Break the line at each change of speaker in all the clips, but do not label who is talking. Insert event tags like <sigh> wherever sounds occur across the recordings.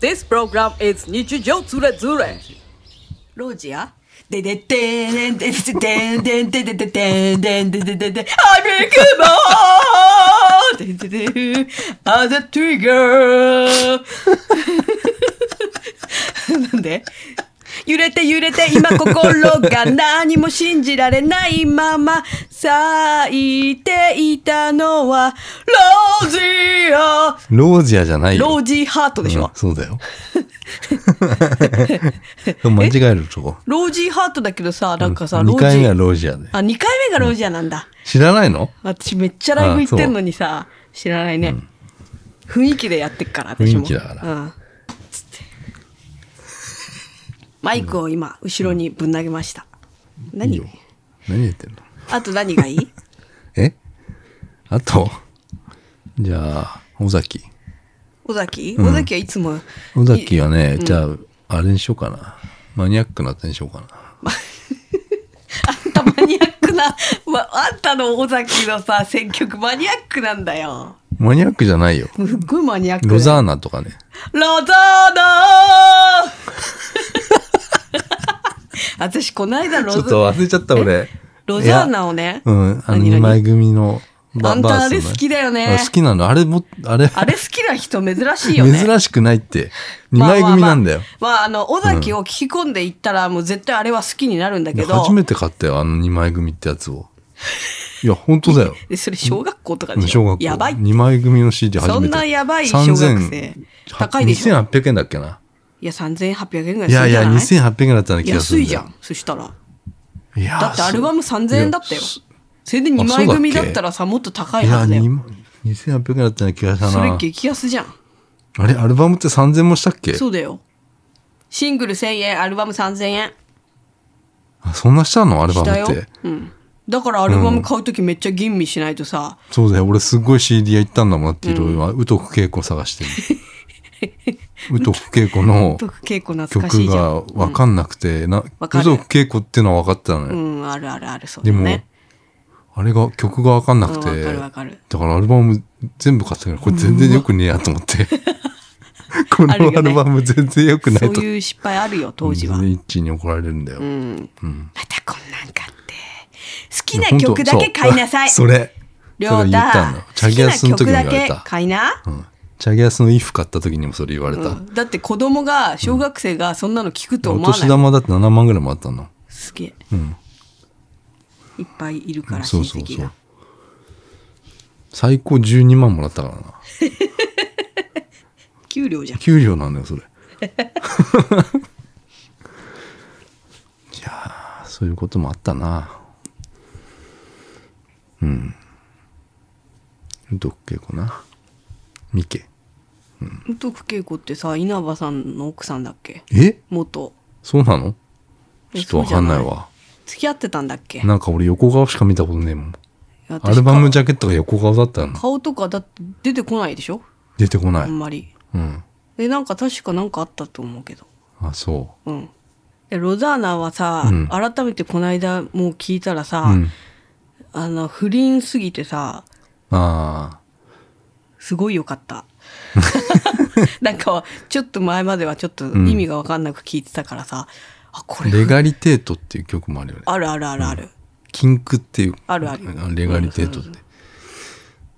This program is 日常つれづれ。
ロジアでででーんでででんででででんでんでででで歩くもーででであざトゥイガーなんで揺れて揺れて今心が何も信じられないまま咲いていたのはロジア
ロージアじゃないよ。
ロージーハートでしょ、
うんそうだよ。 <laughs> でも間違えるとこ。
ロージーハートだけどさ、なんかさ、ロ
2
ー
回
ジ
目は
ー。
ロージアで。
あ、2回目がロージーなんだ。
知らないの
私めっちゃライブ行ってんのにさ、知らないね。雰囲気でやってっから、私も。
雰囲気だから
うん。つってマイクを今、後ろにぶん投げました。
いい
何
よ。何言ってんの
あと何がい
<laughs>
い
えあと、じゃあ、尾崎。
尾崎尾崎はいつも、
尾崎はね、じゃあ、あれにしようかな。マニアックな手にしようかな。
あんたマニアックな、わあんたの尾崎のさ、選曲マニアックなんだよ。
マニアックじゃないよ。
もうすっごいマニアックだよ
ロザーナとかね。
ロザーナー <laughs> 私、こないだロ
ちょっ
ザ
と忘れちゃった俺。
ロザーナ
を。
をね、
うん、あの
何
2
々
枚組のバ
あんたあれ
バースの
好きだよね
あ好きなの。あれも、あれ、
あれ好きな人珍しいよね。
珍しくないって。2枚組なんだよ。
まあまあ、まあ、あの、尾崎を聞き込んでいったら、もう絶対あれは好きになるんだけど。
初めて買ったよ、あの2枚組ってやつを。いや、本当だよ。
でそれ小学校とか
う
でし
ん
ょ
小学校。
やばい。
2枚組の CD 初めて。
そんなやばい小学生
3000
高いでしょ
2800円だっけな。
いや、3800円ぐらい
い
す
や
る
い
じゃ
や、
ない
2800円だったような気が
安
する
い
だ
じゃ
よ。
ん。そしたら。
いや
だってアルバム3000円だったよ
いやそ。
それで2
あそうだっ
枚組
け
だったらさ、もっと高い
い
は
や、
ずだよ。
2 2800円だったような気がした
それ
な。
激安じゃん。
あれ、アルバムって3000もしたっけ
そうだよ。シングル1000円、アルバム3000円。
あそんなしたのアル
し
バ
た
ムっ
よ
て。。
うん。だからアルバム買うときめっちゃ吟味しないとさ、
そうだよ。俺すごい CD 屋行ったんだもんだって、いろいろ、宇徳恵子探して
<laughs>
る。宇徳恵子の
徳稽古懐かし
曲
いじゃ
が
ん。
分かんなくて、な、
わか
宇
る
徳恵子ってのは分かってたのよ。
うん、あるあるある、そう
で
だ
も、
ね。
あれが、曲が分かんなくて、
うんわかるわかる
だからアルバム全部買ったけど、これ全然良くねえやと思って。 <laughs> この
あるよね
アルバム全然良くな
そ
いうと。
いう失敗あるよ、当時は。
全然一致に怒られるんだよ。
うん。またこんなんかって。好き
いや
な
ほんと
曲だけ買いなさい。
そうそれ。
り
そ
ょ
れ
う
言った
た
の。、チ
好
ャ
き
ギア
な
スの時
曲
に
だ
言われ
け
た。
買いな。
うん。チャギアスの衣服買った時にもそれ言われた。
うんだって子供が、小学生がそんなの聞くと
お
思わ
年
ない。
玉だって7万ぐらいもあったの。
すげえ。
うん。
いっぱいいるから、
そ
親
うそう
戚
そう
が。。
最高12万もらったからな。
給料じゃん。
給料なんだよそれ <laughs> いやーそういうこともあったなうんどっけこなミケ
徳稽古ってさ、稲葉さんの奥さんだっけ
え
元。
そうなの
え
ちょっとわかんないわ
付き合ってたんだっけ
なんか俺横顔しか見たことねえもん
私
アルバムジャケットが横顔だったの
顔とかだって出てこないでしょ
出てこな
あ
い
んまり。
うん
で、なんか確かなんかあったと思うけど。
あそ
うん。でロザーナはさ、
うん
改めてこの間もう聞いたらさ
う、うん
あの、不倫すぎてさ、
あ
すごい良か
<laughs>
った。なんか、ちょっと前まではちょっと意味がわかんなく聞いてたからさ、あ、こ
あ
れ、
レガリテートっていう曲もあるよね
あるあるあるある。
キンクっていう
あるある
レガリテートって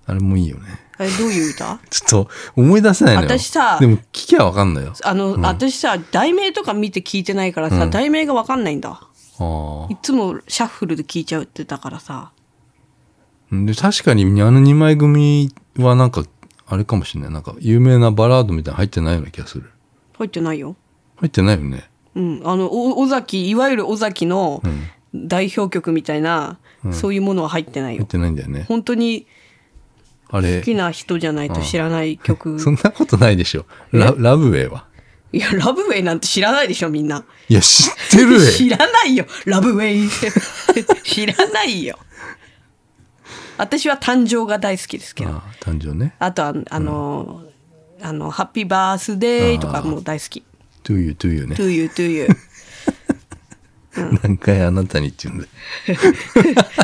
あれもいいよね
あれ、どういう歌
ちょっと思い出せないのよ。
私さ
でも聞きゃわかんないよ。
あの、私さ、題名とか見て聞いてないからさ、題名がわかんないんだ。
あ
いつもシャッフルで聞いちゃうってたからさ。
あ。で、確かにあの2枚組はなんか、あれかもしれない。なんか有名なバラードみたいなの入ってないような気がする。
入ってないよ。
入ってないよね。
うん。あの、お尾崎、いわゆる尾崎の
うん。
代表曲みたいな、そういうものは入ってない
入っ
よ。
てないんだよね。
本当に
あ
好
れ、
きな人じゃないと知らない曲。
<laughs> そんなことないでしょ。ララブウェイは。
いや、ラブウェイなんて知らないでしょ、みんな。
いや、知ってる
<laughs> 知
え。
らないよ、ラブウェイ。 <laughs> 知らないよ。私は誕生が大好きですけど。
ああ、誕生ね。
あとは、あの、あの、ハッピーバースデーとかもう大好き。
to you, to you ね
to。you, to
<laughs>
you.
何回あなたにって言うんだよ。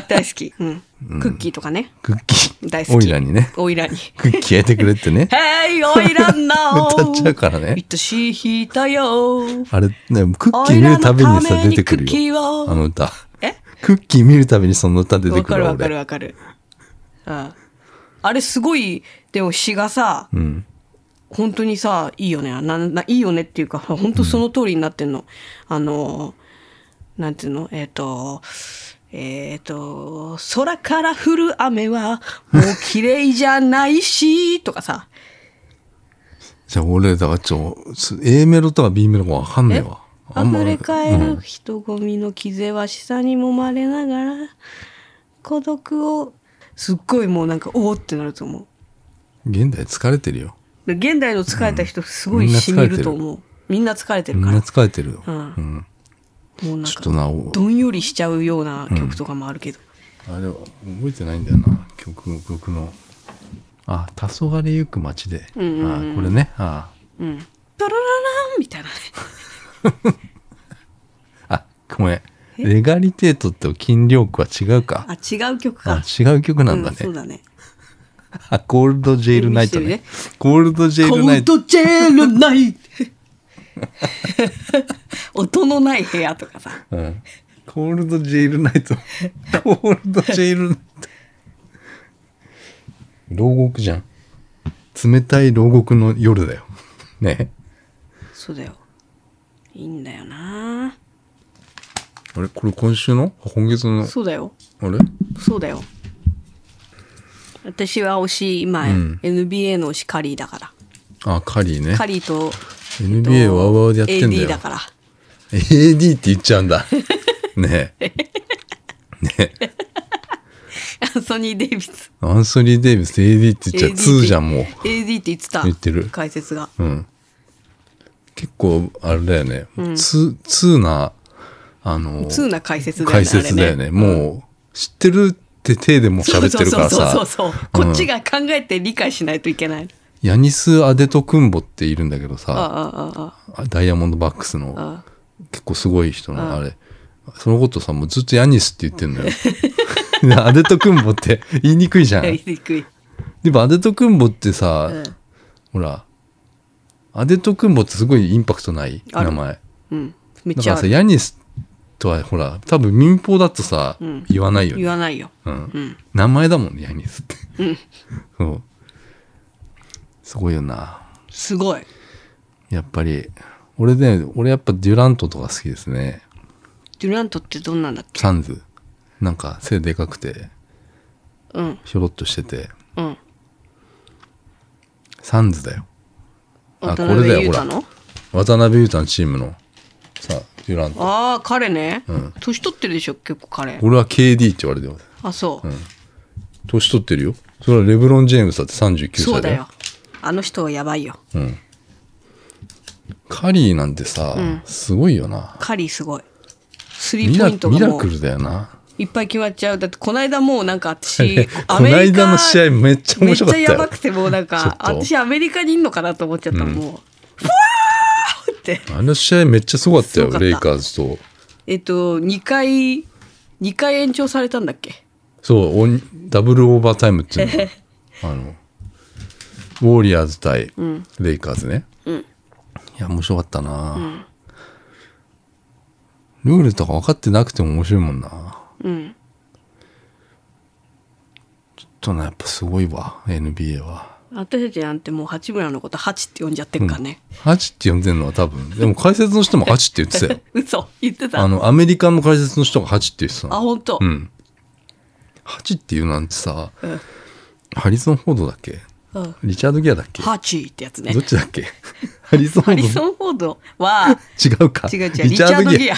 大好き。うん。クッキーとかね。
クッキー。
大好き。
オイラにね。
オイラに。 <laughs>。
クッキー焼いてくれってね <laughs>
Hey, オイラン now!
っちゃうからね
愛しい人よ。
あれ、ね、クッキー見るたびに
おいらのた
さ、出てくる
めにクッキー
よ。
を
あの歌。
え
クッキー見るたびにその歌出て
わ
く
かる
る
わかる
俺。
わかる。うんあれすごい、でも詩がさ、
うん。
本当にさ、いいよね。なんないいよねっていうか、 <laughs> 本当その通りになってんの。あの、なんていうのえっ、と、えっ、と、空から降る雨はもう綺麗じゃないし、とかさ。
じゃあ俺、だからちょ、す A メロとか B メロがわかんねえわ。
あふれ返
う
る
ん
人混みの気ぜわしさにもまれながら、孤独を、すっごいもうなんか、おおってなると思う。
現代疲れてるよ。
で現代の疲れた人すご
う
い
んみんな
し
疲
み
れてる
ると思う。みんな疲れてる
みん
か
な
ら。
疲れてるよ。
う
うんん。
もうなん
ちょっとなお
か、どんよりしちゃうような曲とかもあるけど。
あれは覚えてないんだよな。曲、曲の。あ、黄昏ゆく街で。あ
んうん
ー、これね。あ
うん。トロロロンみたいなね。
ー、あごめん。レガリテートと金良区は違うか。
あ、違う曲
あ
か。、
違う曲なんだ
う
ね。
そうだね。
あ、コールドジェイルナイトね。コールドジェイ
コ
ルナイ
ー
ト。
ドジェルナイ <laughs> ト音のない部屋とかさ。
うん。コールドジェイルナイト。コールドジェイルナイト。牢獄じゃん。冷たい牢獄の夜だよ。ね。
そうだよ。いいんだよな
あれこれ今週の今月の、
そうだよ。
あれ
そうだよ。私は推し、今、
ん
NBA の推しカリーだから。
あ、カリーね
カ。リーと、
NBA ワウワウでやってんだ
AD
よ。
だから。 <laughs>
AD って言っちゃうんだ。ねえ。ねえ。
アンソニー・デイビス。
アンソニー・デイビスと AD って言っちゃう。2じゃん、もう。
AD って言ってた。
言ってる
解説が。
うん。結構、あれだよね。通、通な、あの、
通な解説だよね。
解説だよ
あ
ね。
れ
もう、知ってるって体でも喋ってるからさ。
そうそうそうそう。こっちが考えて理解しないといけない。
ヤニス・アデト・クンボっているんだけど
ああ
さ、
あああ
ダイヤモンドバックスの、
あ。
結構すごい人の、あれ。そのことさ、もうずっとヤニスって言ってんのよ。 <laughs> でアデト・クンボって言いにくいじゃ
ああ。や
ん
り。にくい。
でもアデト・クンボってさ、
うん
ほら、アデト・クンボってすごいインパクトない
ある
名前。
うん。めっ
だ
ち
か
ゃ
ら
あ
さ、
る
ヤニスとはほら、多分民放だとさ、
ん
言わないよね。
言わないよ。
うん
うん。
名前だもんね、ヤニスって。 <laughs> そう。すごいよな。
すごい。
やっぱり、俺ね、俺やっぱデュラントとか好きですね。
デュラントってどんなんだっけ
サンズ。なんか背でかくて、
うん。
ひょろっとしてて。
うん。
サンズだよ。あ
渡
これだ
辺
よ
裕太
ほ
の
渡辺裕太のチームの、さ、デュラント。
ああ、彼ね
ん。
年取ってるでしょ、結構彼。
俺は KD って言われてます。
あ、そう。
年取ってるよ。それはレブロン・ジェームスだって39歳だよ。
そうだよ。あの人はやばいよ。
うん。カリーなんてさ、すごいよな。
カリーすごい。スリ
ミ
ーポ
ラ
イント
ミ
が
ラ
もう
クルだよな。
いっぱい決まっちゃう。だって、この間もうなんか
<laughs>
私、
この間の試合めっちゃ
めっ
面
ち
白かっ
ゃ
た
や
よ
ばく。て、もうなん
ちょっ
か、
と
私アメリカにいんのかなと思っちゃった、もう。ふわーって。
あの試合めっちゃすごかった
すご
よ、
かった
レイカーズと。
えっと、2回、2回延長されたんだっけ
そう、オンダブルオーバータイムっていうの。あの、ウォリアーズ対レイカーズね。いや、面白かったな、ルールとか分かってなくても面白いもんな。
うん。
ちょっとな、やっぱすごいわ、NBA は。
私たちなんてもう八村のこと八って呼んじゃってるからね。
8って呼んでるのは多分。でも解説の人も8って言ってたよ。
嘘 <laughs> 言ってた
あ
あ、
の、アメリカの解説の人が8って言ってたの。
ほんと
う。ん。8っていうなんてさ、
うん
ハリソン・フォードだっけ
うん
リチャード・ギアだっけ
八ってやつね
どっ。ちだっけハリソン・フ
ハリ
ォード
ソン・フォード
<laughs>
は、
違うか。
違う違う、リチャード・ギア。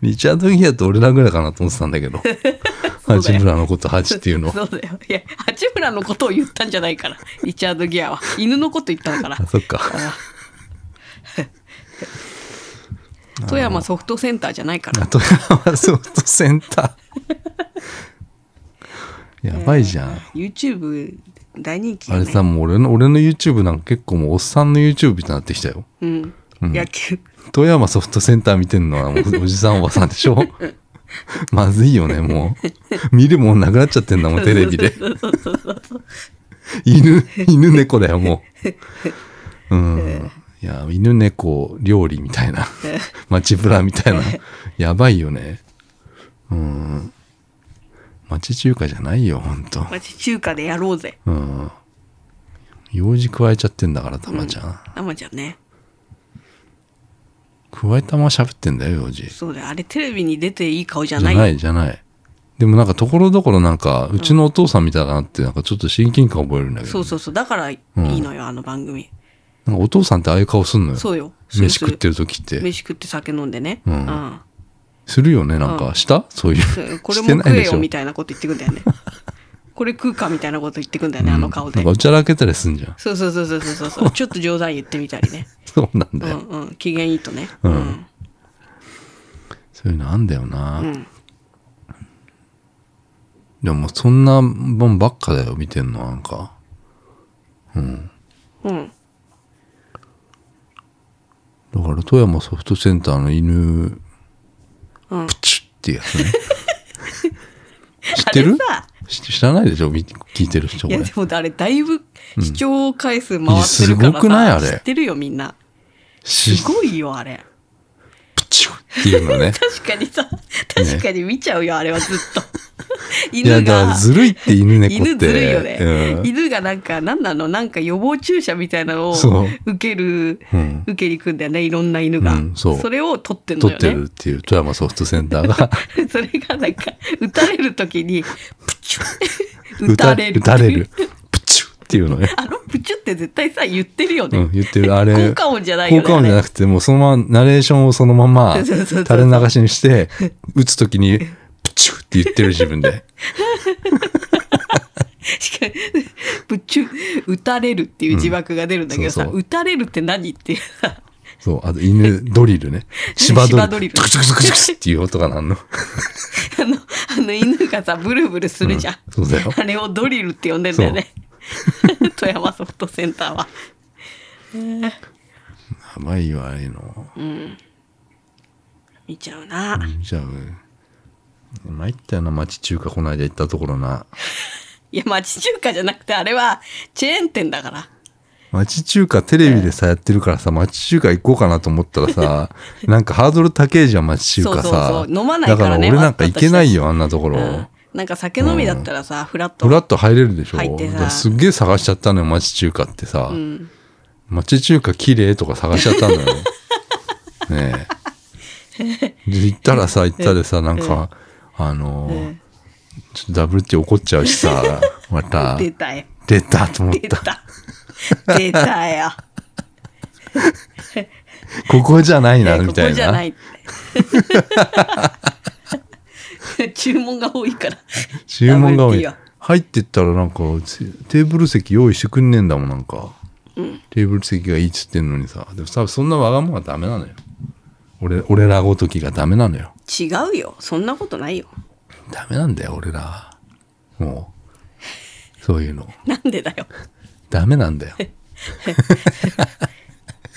リチャード・ギアと俺らぐらいかなと思ってたん
<laughs>
だけど。
うだ
八
よ
村のこと8っていうの。
そうだよ。いや、八村のことを言ったんじゃないから。リチャード・ギアは。犬のこと言ったのから
あ、。そっか。
富山ソフトセンターじゃないから。
あとはソフトセン
<laughs>
ター。やばいじゃん。
YouTube 大人気
あ
よ
れ
ね
さ、もう俺の、俺の YouTube なんか結構もうおっさんの YouTube みたいになってきたよ。
うん。野球。
富山ソフトセンター見てんのはもうおじさんおばさんでし <laughs> ょまずいよね、もう。見るもんなくなっちゃってんだもん、テレビで。犬、犬猫だよ、もう。うん。いや、犬猫料理みた <laughs> いな。街ブラみたい <laughs> な。やばいよね。うん。町中華じゃないよ、ほんと。
町中華でやろうぜ。
うん。用事加えちゃってんだから、たまちゃん。
生ちゃんね。
加えたま喋ってんだよ、用事。
そうだよ。あれテレビに出ていい顔じゃ
じ
な
ゃ
い。
ない、じゃない。でもなんかところどころなんか、うちのお父さんみたいだなって、なんかちょっと親近感覚えるんだけど。
そうそうそう。だからいいのよ、あの番組。
なんかお父さんってああいう顔すんのよ。
そうよ。
飯食って
る。
る時って。
飯食って酒飲んでね。
うん
うん
するよね、なんか。したそういう。
そうこれ
し
も
てな
食
い
え
でし
よ
ょ。
みたいなこと言ってくんだよね。これ食うかみたいなこと言ってくんだよね、あの顔
な
で
んか。おちゃらけたりすんじゃん。
そうそうそうそうそうそう。
<laughs>
ちょっと冗談言ってみたりね。
そうなん
う
だよ。
んうん。機嫌いいとね。
うん
うん。
そういうのあんだよな。
ん
でももうそんなもんばっかだよ、見てんの、なんか。
うん。
だから富山ソフトセンターの犬、
うん
プチってやつね。知ってる
あ
し知らないでしょみ聞いてる人、
い
こ
や
れ
で。もあれだいぶ視聴回数回ってるからさ、
いやすごくないあれ
知ってるよみんな。
し
すごいよあれ。。
プチっていうのね
確かにさ、確かに見ちゃうよ、あれはずっと。
<laughs> い
<laughs>
や、
犬
だから
が。
ずるいって犬猫って。
犬ずるいよね、
うん
犬がなんか何なのなんか予防注射みたいなのを
そう
受ける、
うん
受けに行くんだよねいろんな犬が、
うんそう
れを取ってんの
取っ
よ
て
ね
るっていう富山ソフトセンタ
<laughs>
ーが
それがなんか打たれる時にプチュ
<laughs>
ッ打た
打
れる
打たれるプチュっていうの
<laughs>
ね、
あのプチュって絶対さ言ってるよね、
うん、言ってるあれ
効果音じゃないよね
効果音じゃなくてもうそのままナレーションをそのまま
そうそうそう
垂れ流しにして打つ時にプチュって言ってる自分で
しかもプチュ打たれるっていう字幕が出るんだけどさ、
うんそうそう
打たれるって何っていうさ <laughs>
そうあと犬ドリルね芝ドリル
芝ドリル
トクトクトクトクっていう音がなんの
あの、あの犬がさ、ブルブルするじゃん。
うんそうだよ
あれをドリルって呼んでんだよね。 <laughs> 富山ソフトセンターは。
やばいよあれの
見ちゃうな。
じゃあ参ったよな町中華この間行ったところない
や、町中華じゃなくて、あれはチェーン店だから。
町中華テレビでさやってるからさ町中華行こうかなと思ったら <laughs> さなんかハードル高えじゃん町中華さ
そうそうそう飲まないからね
だから俺なんか行けないよあんなところ、
うん。なんか酒飲みだったらさ、フラット。
フラッと入れるでしょ
入ってさ
だからすっげえ探しちゃったのよ町中華ってさ、
うん。
町中華綺麗とか探しち
<laughs>
ゃったのよねえで行ったらさ行ったでさなんか、あのー
ん
ちょっとダブルって怒っちゃうしさま
<laughs>
た
出たよ。
出たと思っ
出
た
た。出たよ。
ここじゃないな
ね
みた
こ
いな
こじゃないって。注文が多いから。
注文が多
WT
い
は
入ってったらなんかつテーブル席用意してくんねえんだもんなんか、テーブル席がいいっつってんのにさでもさそんなわがままはダメなのよ俺俺らごときがダメなのよ
違うよ。そんなことないよ。
ダメなんだよ俺らはもうそういうの
なんでだよ。
ダメなんだよ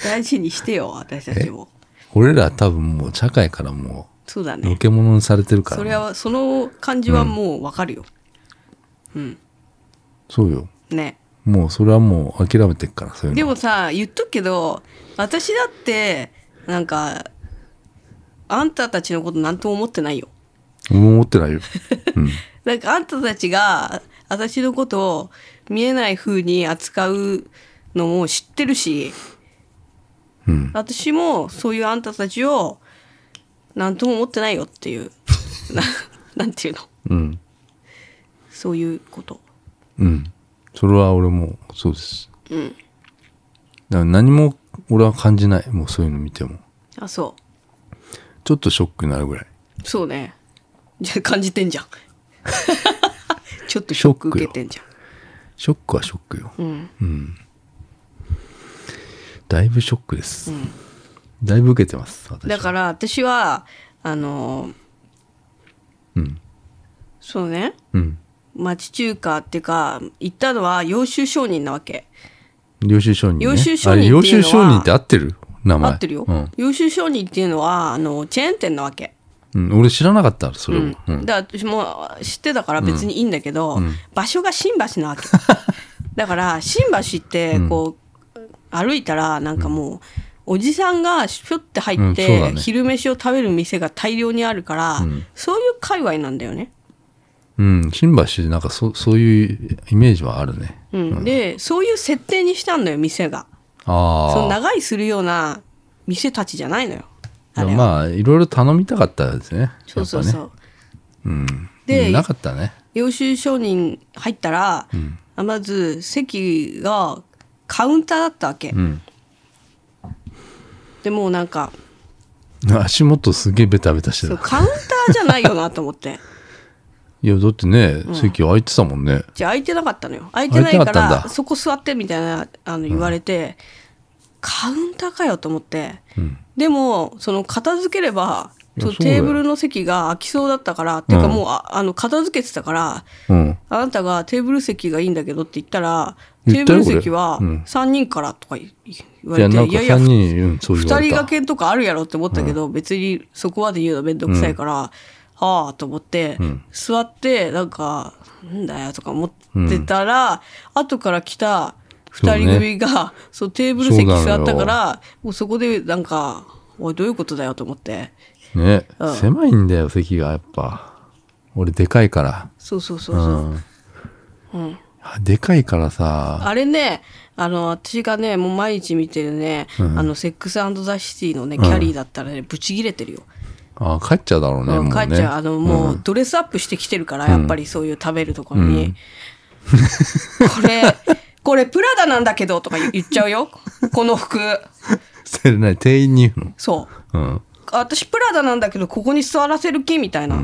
大事にしてよ、私たちも。
俺ら多分もう社会からも
そうだ
うの
ね。
け者にされてるから
そ
ね、
れは、その感じはもうわかるよ。
そうよ
ね。
もうそれはもう諦めてっからそういうの
でもさ、言っとくけど、私だって、なんか、あんたたちのことなんとも思ってないよ。
思ってないよ、うん、
なんかあんたたちが、私のことを見えない風に扱うのも知ってるし、
うん
私もそういうあんたたちを、なんとも思ってないよっていう。 <laughs> ななんていうの
うん
そういうこと。
うん。それは俺もそうです。うん。だから何も俺は感じない。もうそういうの見ても。
あ、そう。
ちょっとショックになるぐらい。
そうね。じゃあ感じてんじゃん。 <laughs> ちょっとショック受けてんじゃん。
ショックはショックよ。
うん。
だいぶショックです。だいぶ受けてます。私。
だからら私は、あのー
うん。
そうね、
うん。
町中華っていうか、行ったのは領収商人なわけ。
領収書人、ね。
領収書人
あれ
っていうのは
領収書人って合ってる名
合
前。
ってるよ。
うん。
領収商人っていうのは、あの、チェーン店なわけ。
うん、俺知らなかった、それを。うん。
だから私も知ってたから別にいいんだけ
<laughs>
ど、場所が新橋なわけだから新橋ってこう、歩いたらなんかもう、おじさんがひょって入って、
うんそうだね
昼飯を食べる店が大量にあるから、そういう界隈なんだよね。
うん、新橋なんかそそういうイメージはあるね。
うんでそういう設定にしたんだよ店が。その
あ
長いするような店たちじゃないのよ。
あ。
あれは
まあ、いろいろ頼みたかったですね。
そうそうそう
やっ。ぱね。うん。
で
なかったね。
領収証人入ったら、あまず席がカウンターだったわけ、
ん
でもうなんか
足元すげえベタベタして
そう
た。
カウンターじゃないよなと思って
<laughs> いや、だってね、席空いてたもんね。
じゃあ空いてなかったのよ空いてない
空い
か
てなかったん
ら
だ
そこ座ってみたいなあの言われて、カウンターかよと思って、でもその片付ければ
いや
そう
そうだ
テ
よ
ーブルの席が空きそうだったから、っていうかもうああの片付けてたから
うん。
あなたがテーブル席がいいんだけどって言ったら、テ
言
ー
った
ブル
よ
席は
俺うん
3人からとか言わ
いや、
れ
な
て、
ん
いや
か
いや、2
3人、うん、そう言
人
われた。
掛けとかあるやろって思ったけど、別にそこまで言うのめんどくさいから、はあと思って、座って、なんか、なんだよとか思ってたら、後から来た2人組が、そう、テーブル席座った
そう
か
な
ら、もうそこでなんか、おい、どういうことだよと思って。
ね、
うん
狭いんだよ、席がやっぱ。俺、でかいから。
そうそうそう
う
そう。
ん。でかいからさ、
あれね、あの、私がね、もう毎日見てるね、あの、セックスザ・シティのね、キャリーだったらね、ブチ切れてるよ。
あ帰っちゃうだろうね、も
う
う
ん
ね。
帰っちゃう。あの、もう、ドレスアップしてきてるから、やっぱりそういう食べるところに。これ、これプラダなんだけど、とか言言っちゃうよ。この服。
<laughs> それね、店員に言う
そう。
の。うん。
私プラダなんだけど、ここに座らせる気みたいな。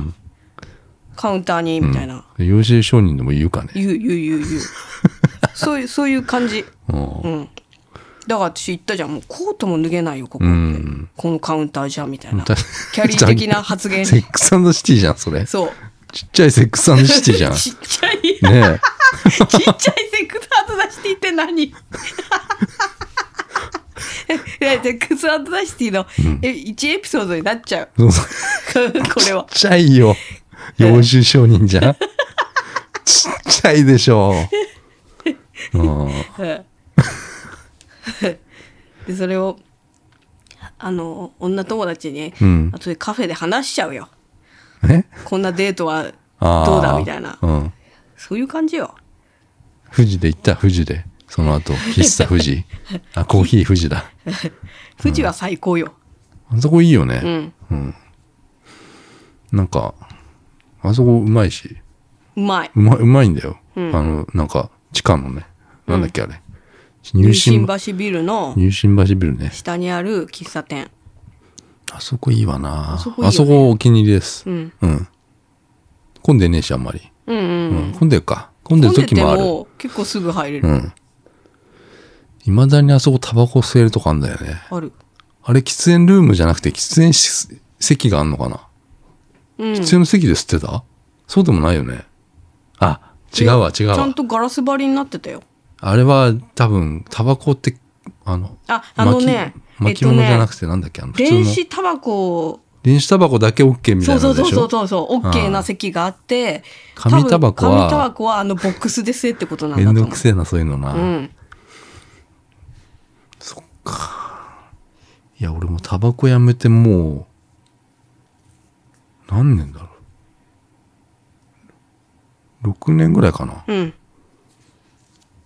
カウンターに、みたいな。
養子商人でも言うかね。
言う、言う、
<laughs>
言う、言う。そういう、そういう感じ。
うん。
うん。だから私言ったじゃん。もうコートも脱げないよ、ここって。
ん
このカウンターじゃん、みたいな。キ
確か
ャリー的な発言。
セックスシ <laughs> ティじゃん、それ。ちっ
そう。
ちゃいセックスシティじゃ
<laughs>
ん。
ちっちゃい、
ね
ちっちゃいセクサートダシティって何
<laughs>
いやセクサートダシティのえ1エピソードになっちゃう。 <laughs>
え。そう
これは
ち。っちゃいよ。幼児商人
<laughs>
じゃん。ちっちゃいでしょ。うん。
うんで、それを、あの、女友達に、
うん
後でカフェで話しちゃうよ。
え
こんなデートは
あー
どうだみたいな。
うん。
そういう感じよ。
富士で行った、富士で。その後、喫茶
<laughs>
富士。あ、コーヒー富士だ。
富士は最高よ。
あそこいいよ
う
ね。
ん。
なんか、あそこうまいし。
うまい。
うま、うまいんだよ。あの、なんか、地下のね。なんだっけ、あれ。入
入
信
信
橋。
橋ビルの
入信橋ビルね。
下にある喫茶店。
あそこいいわなあ
そ
そ
こいいよね
こお気に入りです。
ん
うん。混んでねえし、あんまり。
うんうん。
うん、混んでるか。混んで
混
る
んで
時
て
もある。
も結構すぐ入れ
う
る。
ん。いまだにあそこタバコ吸えるとこあんだよね。
ある。
あれ、喫煙ルームじゃなくて、喫煙し席があんのかな、
うん。
喫煙の席で吸ってたそうでもないよね。あ、違うわ、違う
ちゃん
わ。
とガラス張りになってたよ。
あれは多分、タバコって、あの、
あ、あのね、
巻き巻き
えっと
物
ね
じゃなくて、なんだっけ、あの、普通
電
の。
子タバコ
電子タバコだけ OK みた
そ
いうな
そ
の
う
で
そう
し
そ
ょ
うそうそう、オッケーな席があって、
紙タバコは
多分紙タバコはあのボックスで吸えってことなんだ
め
と
ん
思う。
どくせえな、そういうのな。
うん。
そっか。いや、俺もタバコやめてもう、何年だろう。6年ぐらいかな。
うん。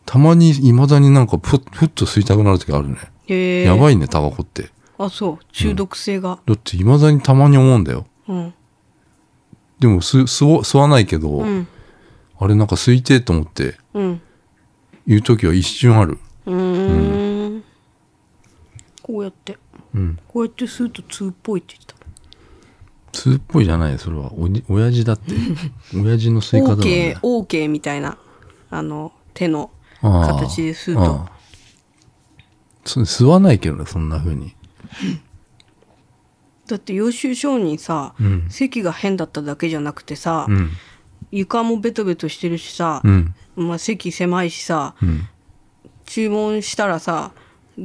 たまに、未だになんかふっ、ふっと吸いたくなる時あるね。
へえ。
やば
い。
いね、タバコって。
あ、そう。中毒性が。
だって、未だにたまに思うんだよ。
うん。
でも、吸、吸わ吸わないけど、
うん。
あれなんか吸いてえと思って、
うん。
言う時は一瞬ある。
うーん。こうやって。
うん。
こうやって吸うと通っぽいって言ってた。
吸うっぽいじゃないよそれは。おじ、親父だって。
<laughs>
親父の吸い方
オ
なん
ー
だ
ケー
よ、。
オーケーみたいな、あの、手の
ああ
形で吸う
あ
と
あ。そ吸わないけどねそんな風に
だって優秀商人さ、
ん
席が変だっただけじゃなくてさ、
うん
床もベトベトしてるしさ
う、ん
まあ、席狭いしさ、
うん
注文したらさ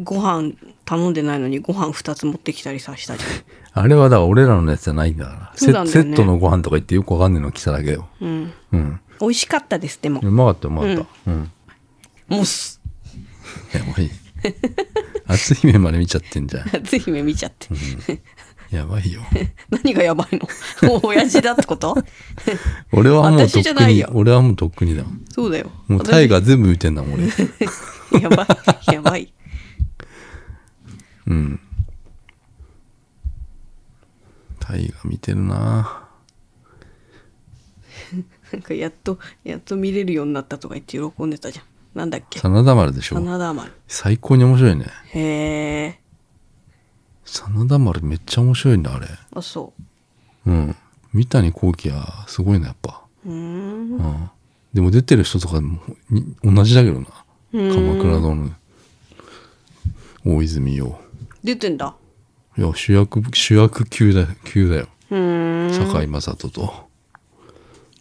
ご飯頼んでないのにご飯2つ持ってきたりさした
<laughs>
じ
あれはだから俺らのやつじゃないんだから
そうなんだよね
セセットのご飯とか言ってよくわかんねえの来ただけよ
ゃん、うん、
うん
美味しかったですでも <laughs>
うまかったうまかったうん、
モス
<laughs> えもういい初姫まで見ちゃってんじゃん。
初姫見ちゃって。
やばいよ。
<laughs> 何がやばいのもう親父だってこと
俺はもうとっ
私じゃ
く
ない
に
よ、
俺はもうとっくにだもん。
そうだよ。
もうタイガー全部見てんだもん、
<laughs> 私
俺。
やばい。やばい。
うん。タイガー見てるな
なんかやっと、やっと見れるようになったとか言って喜んでたじゃん。なんだっけ
真田丸でしょ
真田丸。
最高に面白いね。
へえ。
真田丸めっちゃ面白いんだ、あれ。
あ、そう。
うん。三谷幸喜はすごいな、やっぱ。
うーん。
うん。でも出てる人とかもに同じだけどな。鎌倉殿。大泉洋。
出てんだ。
いや、主役、主役級だ級だよ。
うーん。
堺雅人と。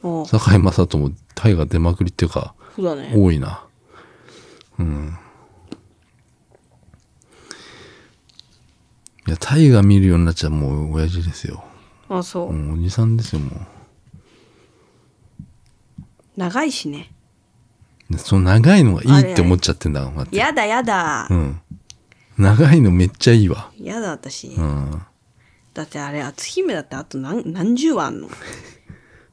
おそ
堺雅人も大河出まくりっていうか、
うだね。
多いな。うん。いや、大河見るようになっちゃもう親父ですよ。
あ、そう。
もうおじさんですよ、もう。
長いしね。
でその長いのがいいって思っちゃってんだから、
やだやだ。
うん。長いのめっちゃいいわ。
やだ私。
うん。
だってあれ、篤姫だってあと何何十話あんの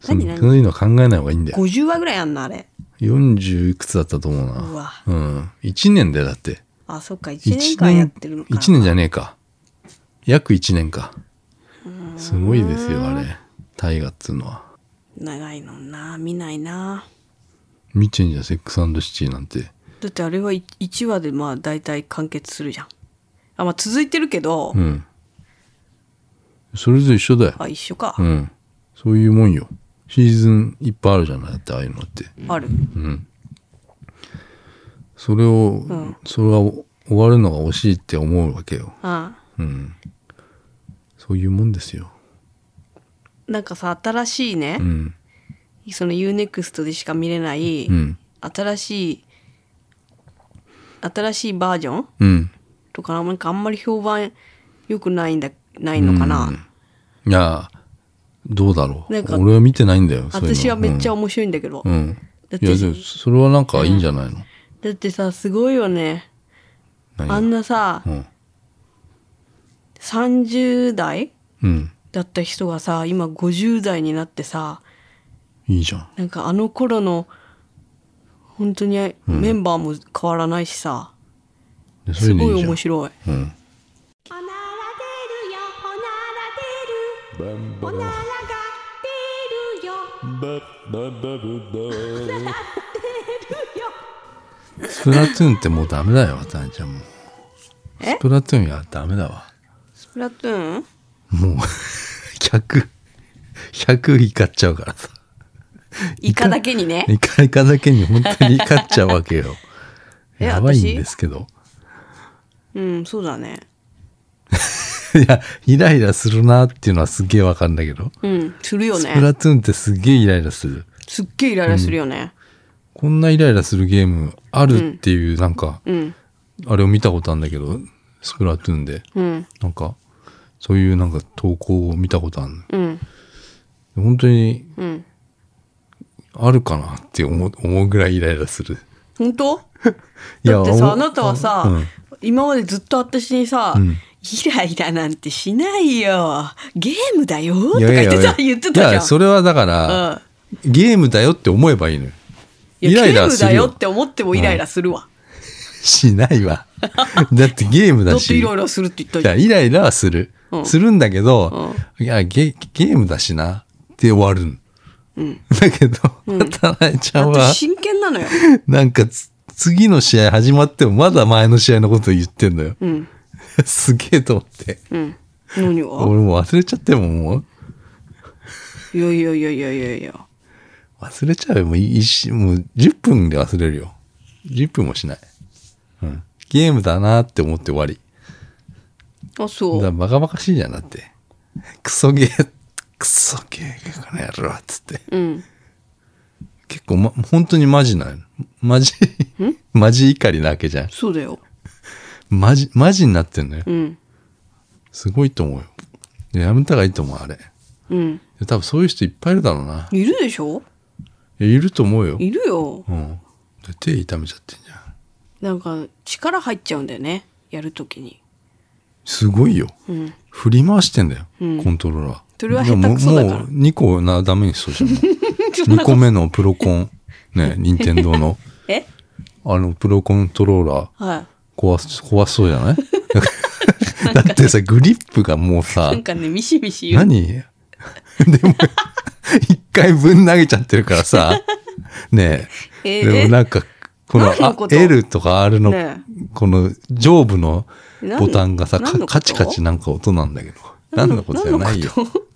そ
何
の
何
そういうの考えない方がいいんだよ。
?50 話ぐらいあんのあれ。
40いくつだったと思う
う
な。
わ。
うん。1年だよ、だって。
あ、そっか、1年間やってるのか。
1年じゃねえか。約1年か。すごいですよ、あれ。大河っつうのは。
長いのな、見ないな。
見てんじゃん、セックスシティなんて。
だってあれは1話でまあ大体完結するじゃん。あ、まあ続いてるけど、
うん。それぞれ一緒だよ。
あ、一緒か。
うん。そういうもんよ。シーズンいっぱいあるじゃないだって、ああいうのって。
ある。
うん。それを、それが終わるのが惜しいって思うわけよ。
あ
うん。そういうもんですよ。
なんかさ、新しいね
う、ん。
その UNEXT でしか見れない、
うん。
新しい、新しいバージョン
うん。
とか、なんかあんまり評判良くないんだ、ないのかな。
いや、どうだろう
なん。か
俺は見てないんだよ。そういうの
私はめっちゃ
うん。
面白いんだけど。
うん
だっ
い
て
や、でもそれはなんかいいんじゃないの、
だってさ、すごいよね。
何が
あんなさ、
うん。
30代
うん。
だった人がさ、今50代になってさ、
いいじゃん。
なんかあの頃の、本当にメンバーも変わらないしさ、
でそ
す
れで
ご
い
い
いじゃん。
面白い。
うん。
おなら出るよおなら出るおならが出るよ
スプラトゥーンってもうダメだよ、渡辺ちゃんもう。
え
スプラトゥーンやダメだわ。
スプラトゥーン
もう、100、100怒っちゃうからさ。
イカだけにね。
イカイカだけに本当に怒っちゃうわけよ。
え
やばいん
私
ですけど。
うん、そうだね。
<laughs> いや、イライラするなっていうのはすげえわかんだけど。
うん、するよ
スプ
ね。
ラトゥーンってすげえイライラする。
すっげえイライラするよね。
こんなイライラするゲームあるっていう、なんか、
うん、
あれを見たことあるんだけど、スプラトゥーンで。
うん、
なんか、そういうなんか投稿を見たことあるの。
うん、
本当に、
うん。
あるかなって思う思うぐらいイライラする。
本当
い
だって
思
さ
う
あなたはさ、
うん
今までずっと私にさ、
ん
イライラなんてしないよゲームだよとか言ってた言ってたじゃん
いやそれはだから、
うん
ゲームだよって思えばいいのよ。
いや
イライラ
ゲーム
する
だ
よ
よって思ってもイライラするわ、
しない
<laughs>
わ。だってゲーム
だ
だ
って
し。
イライラするって言った
い
じゃ
や
ん
イライラはする。
うん
するんだけど、いやゲ、ゲームだしなって終わるの。だけど、渡辺ちゃん
だっ
は
て、真剣なのよ、
なんかつ、次の試合始まってもまだ前の試合のこと言ってんのよ。
うん、
<laughs> すげえと思って。
うん、何が
俺もう忘れちゃってもんもう。
いやいやいやいやいやいや
忘れちゃうよ。もういいし、もう10分で忘れるよ。10分もしない。うん。ゲームだなって思って終わり。
あそ
だから
う
バカバカしいじゃんだって。クソゲー、クソゲーがこの野郎っつって。
うん
結構ま、本当にマジなの。マジ、マジ怒りなわけじゃん。
そうだよ
マジ、マジになってんのよ
う。ん
すごいと思うよ。いややめた方がいいと思う、あれ。
うん
多分そういう人いっぱいいるだろうな。
いるでしょ
いやいると思うよ。
いるよ
うん。で手痛めちゃってんじゃん。
なんか力入っちゃうんだよねやるときに
すごいよ、振り回してんだよ、コントローラー
それは下手くそだから
もう2個なダメにしそう
<laughs>
じゃん2個目のプロコンね任天堂の
え
あのプロコントローラー
は
壊す壊しそうじゃない <laughs> だってさグリップがもうさ
いなんかねミシミシ言う
何 <laughs> でも一回分投げちゃってるからさねえ
えー
でもなんかこの
何の
あ
こと
L とか R の、
ね
この上部の
何
ボタンがさ
何
か
のこと
カチカチなんか音なんだけど何のことじゃないよ
何のこ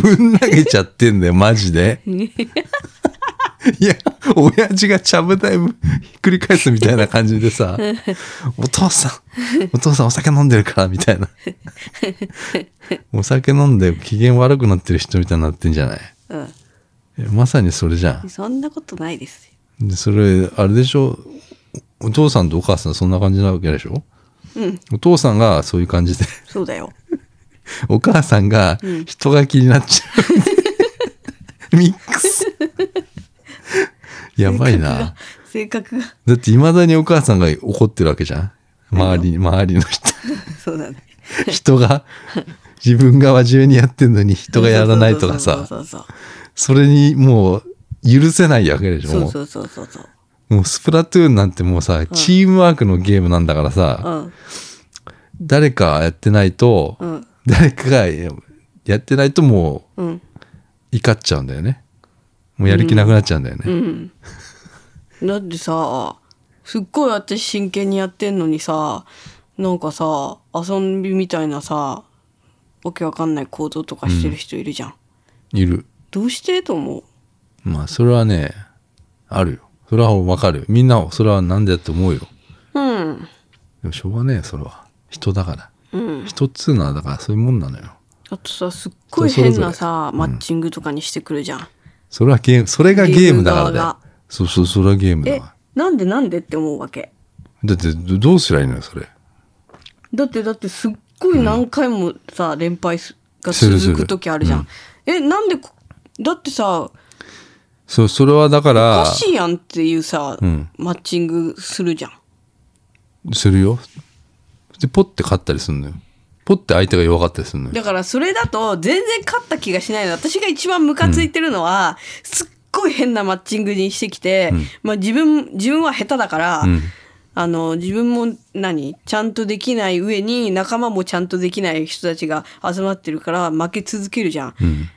ぶん投げちゃってんだよマ
<laughs>
ジでいや親父がちゃぶ台ひっくり返すみたいな感じでさ「お父さんお父さんお酒飲んでるから」みたいなお酒飲んで機嫌悪くなってる人みたいになってんじゃない
と
いやまさにそれじゃ
うんそんなこと <laughs> ないですよ
んでそれあれでしょおお父さんとお母さんそんな感じなわけでしょ
うん
お父さんがそういう感じで
そうだよ
お母さんが人が気になっちゃう。ミッ
<laughs>
クス。やばいな。
性格が <laughs>
だって未だにお母さんが怒ってるわけじゃん。周りに、周りの人。
そうだね
人が、自分が真面目にやってんのに人がやらないとかさ、
そうそう
それにもう許せないわけでしょ。
そう
も
そうそうそうそうそう
うもうスプラトゥーンなんてもうさ、チームワークのゲームなんだからさ、
そう
誰かやってないと
う、ん
誰かがやってないともう
うんうん
怒っちゃうんだよねもうやる気なくなっちゃうんだよね、
だってさすっごい私真剣にやってんのにさなんかさ遊びみたいなさわけわかんない行動とかしてる人いるじゃん、
いる
どうしてと思う
まあそれはねあるよそれはわかるよみんなをそれはなんでやって思うよ
うん
でもしょうがねえよそれは人だから、人っつうのはだからそういうもんなのよ
あとさすっごい
人それ
変
ぞれ
なさマッチングとかにしてくるじゃん、
それはゲームそれがゲームだからだ
ゲーム
よ
側が
そうそうそれはゲームだ
え
わ
なんでなんでって思うわけ
だってどどうすりゃいいのよそれ
だってだってすっごい何回もさ、連敗すが
するする
続く時あるじゃんえなんでこだってさ
そうそれはだか
お
ら
かしいやんっていうさ、
ん
マッチングするじゃん
するよでポッて勝ったりすんのよポッて相手が弱かったりすんのよ
だからそれだと全然勝った気がしないの私が一番ムカついてるのは、すっごい変なマッチングにしてきて、まあ、自分自分は下手だから、
ん
あの自分も何ちゃんとできない上に仲間もちゃんとできない人たちが集まってるから負け続けるじゃん。
うん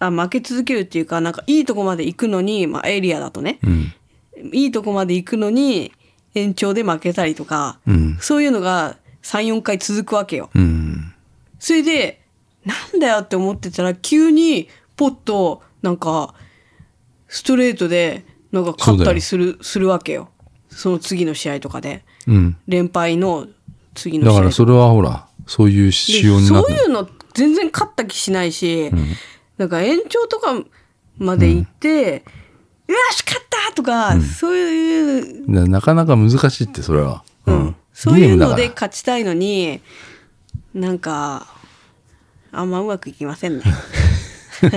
あ負け続けるっていうかなんかいいとこまで行くのに、まあ、エリアだとね、
うん
いいとこまで行くのに延長で負けたりとか、
うん
そういうのが34回続くわけよ。
うん
それで、なんだよって思ってたら、急に、ポッと、なんか、ストレートで、なんか勝ったりする、するわけよ。その次の試合とかで。
うん
連敗の次の
だ
試合
からそれはほらそういう
で
仕様になっ
そう
て
いうの全然勝った気しないし、なんか延長とかまで行って、うわ、し勝ったとか、そういう
ななかなか難しいってそれは、
うんそういうの
ゲ
で
ームだか
勝ちたいのに、なんか、あんまうまくいきま
<laughs>
せんね。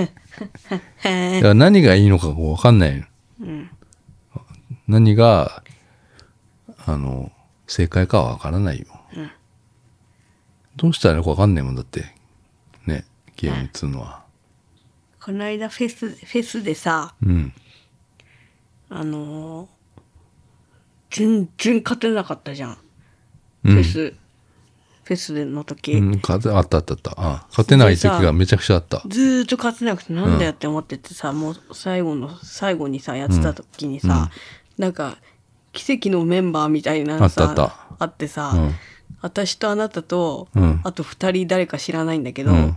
らだから何がいいのかこう分かんないの、何があの正解かは分からないよ、どうしたらいいのか分かんないもんだってねゲームっつうのは
この間フェス、フェスでさ、
うん
あのー全然勝てなかったじゃん。
うん
フェス、フェスの時、
うん、勝てあったあったあったあ勝てない時がめちゃくちゃあった
ずーっと勝てなくてなんだよって思っててさ、もう最後の最後にさやってた時にさ、なんか奇跡のメンバーみたいなのさ
あったあっ
ってさ、
うん
私とあなたと、
うん
あと2人誰か知らないんだけど、
うん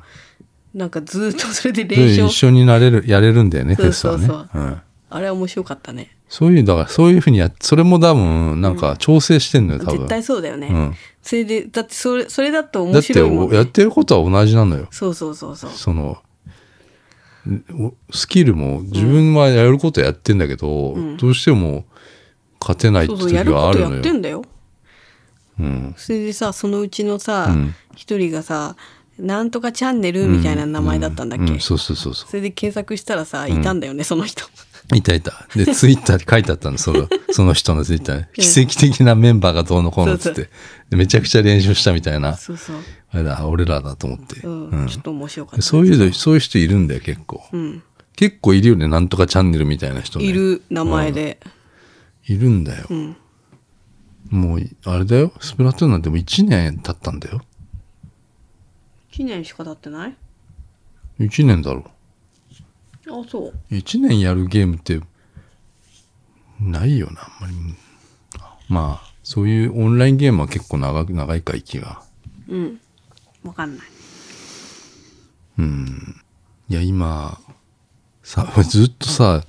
なんかずーっとそれで
で
連勝
一緒になれるやれるんだよね
そ
フ
う
ェス
そ
は
う
ね
そう
うん
あれは面白かったね
そういうだからそういうふうにやそれも多分なんか調整してんのよ多分、
絶対そうだよね、
うん
それでだってそれそれだと
だ
面
って
白いもん、
おやってることは同じなのよ
そうそうそうそう
そのんおスキルも自分はやることやってんだけど、どうしても勝てない
そ
時
うそうやる
が
こ
あ
と
る
や
の
っ
よ
てんだよ
うん
それでさそのうちのさ
うん
一、人がさ「なんとかチャンネル」みたいな名前だったんだっけ、
うんそうそうそうそ
それで検索したらさいたんだよね、その人
いたいた。で、ツイッターで <laughs> 書いてあったの、その、その人のツイッターで。奇跡的なメンバーがどうのこうのっつって。でめちゃくちゃ練習したみたいな。
そうそう、
あれだ、俺らだと思って。
うんちょっと面白かったです
そういうの、そういう人いるんだよ、結構。結構いるよね、なんとかチャンネルみたいな人、ね。
い。る名前で、
いるんだよ。もう、あれだよ。スプラトゥーンなんてもう1年経ったんだよ。
記念しか経ってない
1年だろ。
あそう
1年やるゲームって、ないよな、あんまり。まあ、そういうオンラインゲームは結構長く、長いか、息が。
わかんない
いや、今、さ、 <laughs> ずっとさ、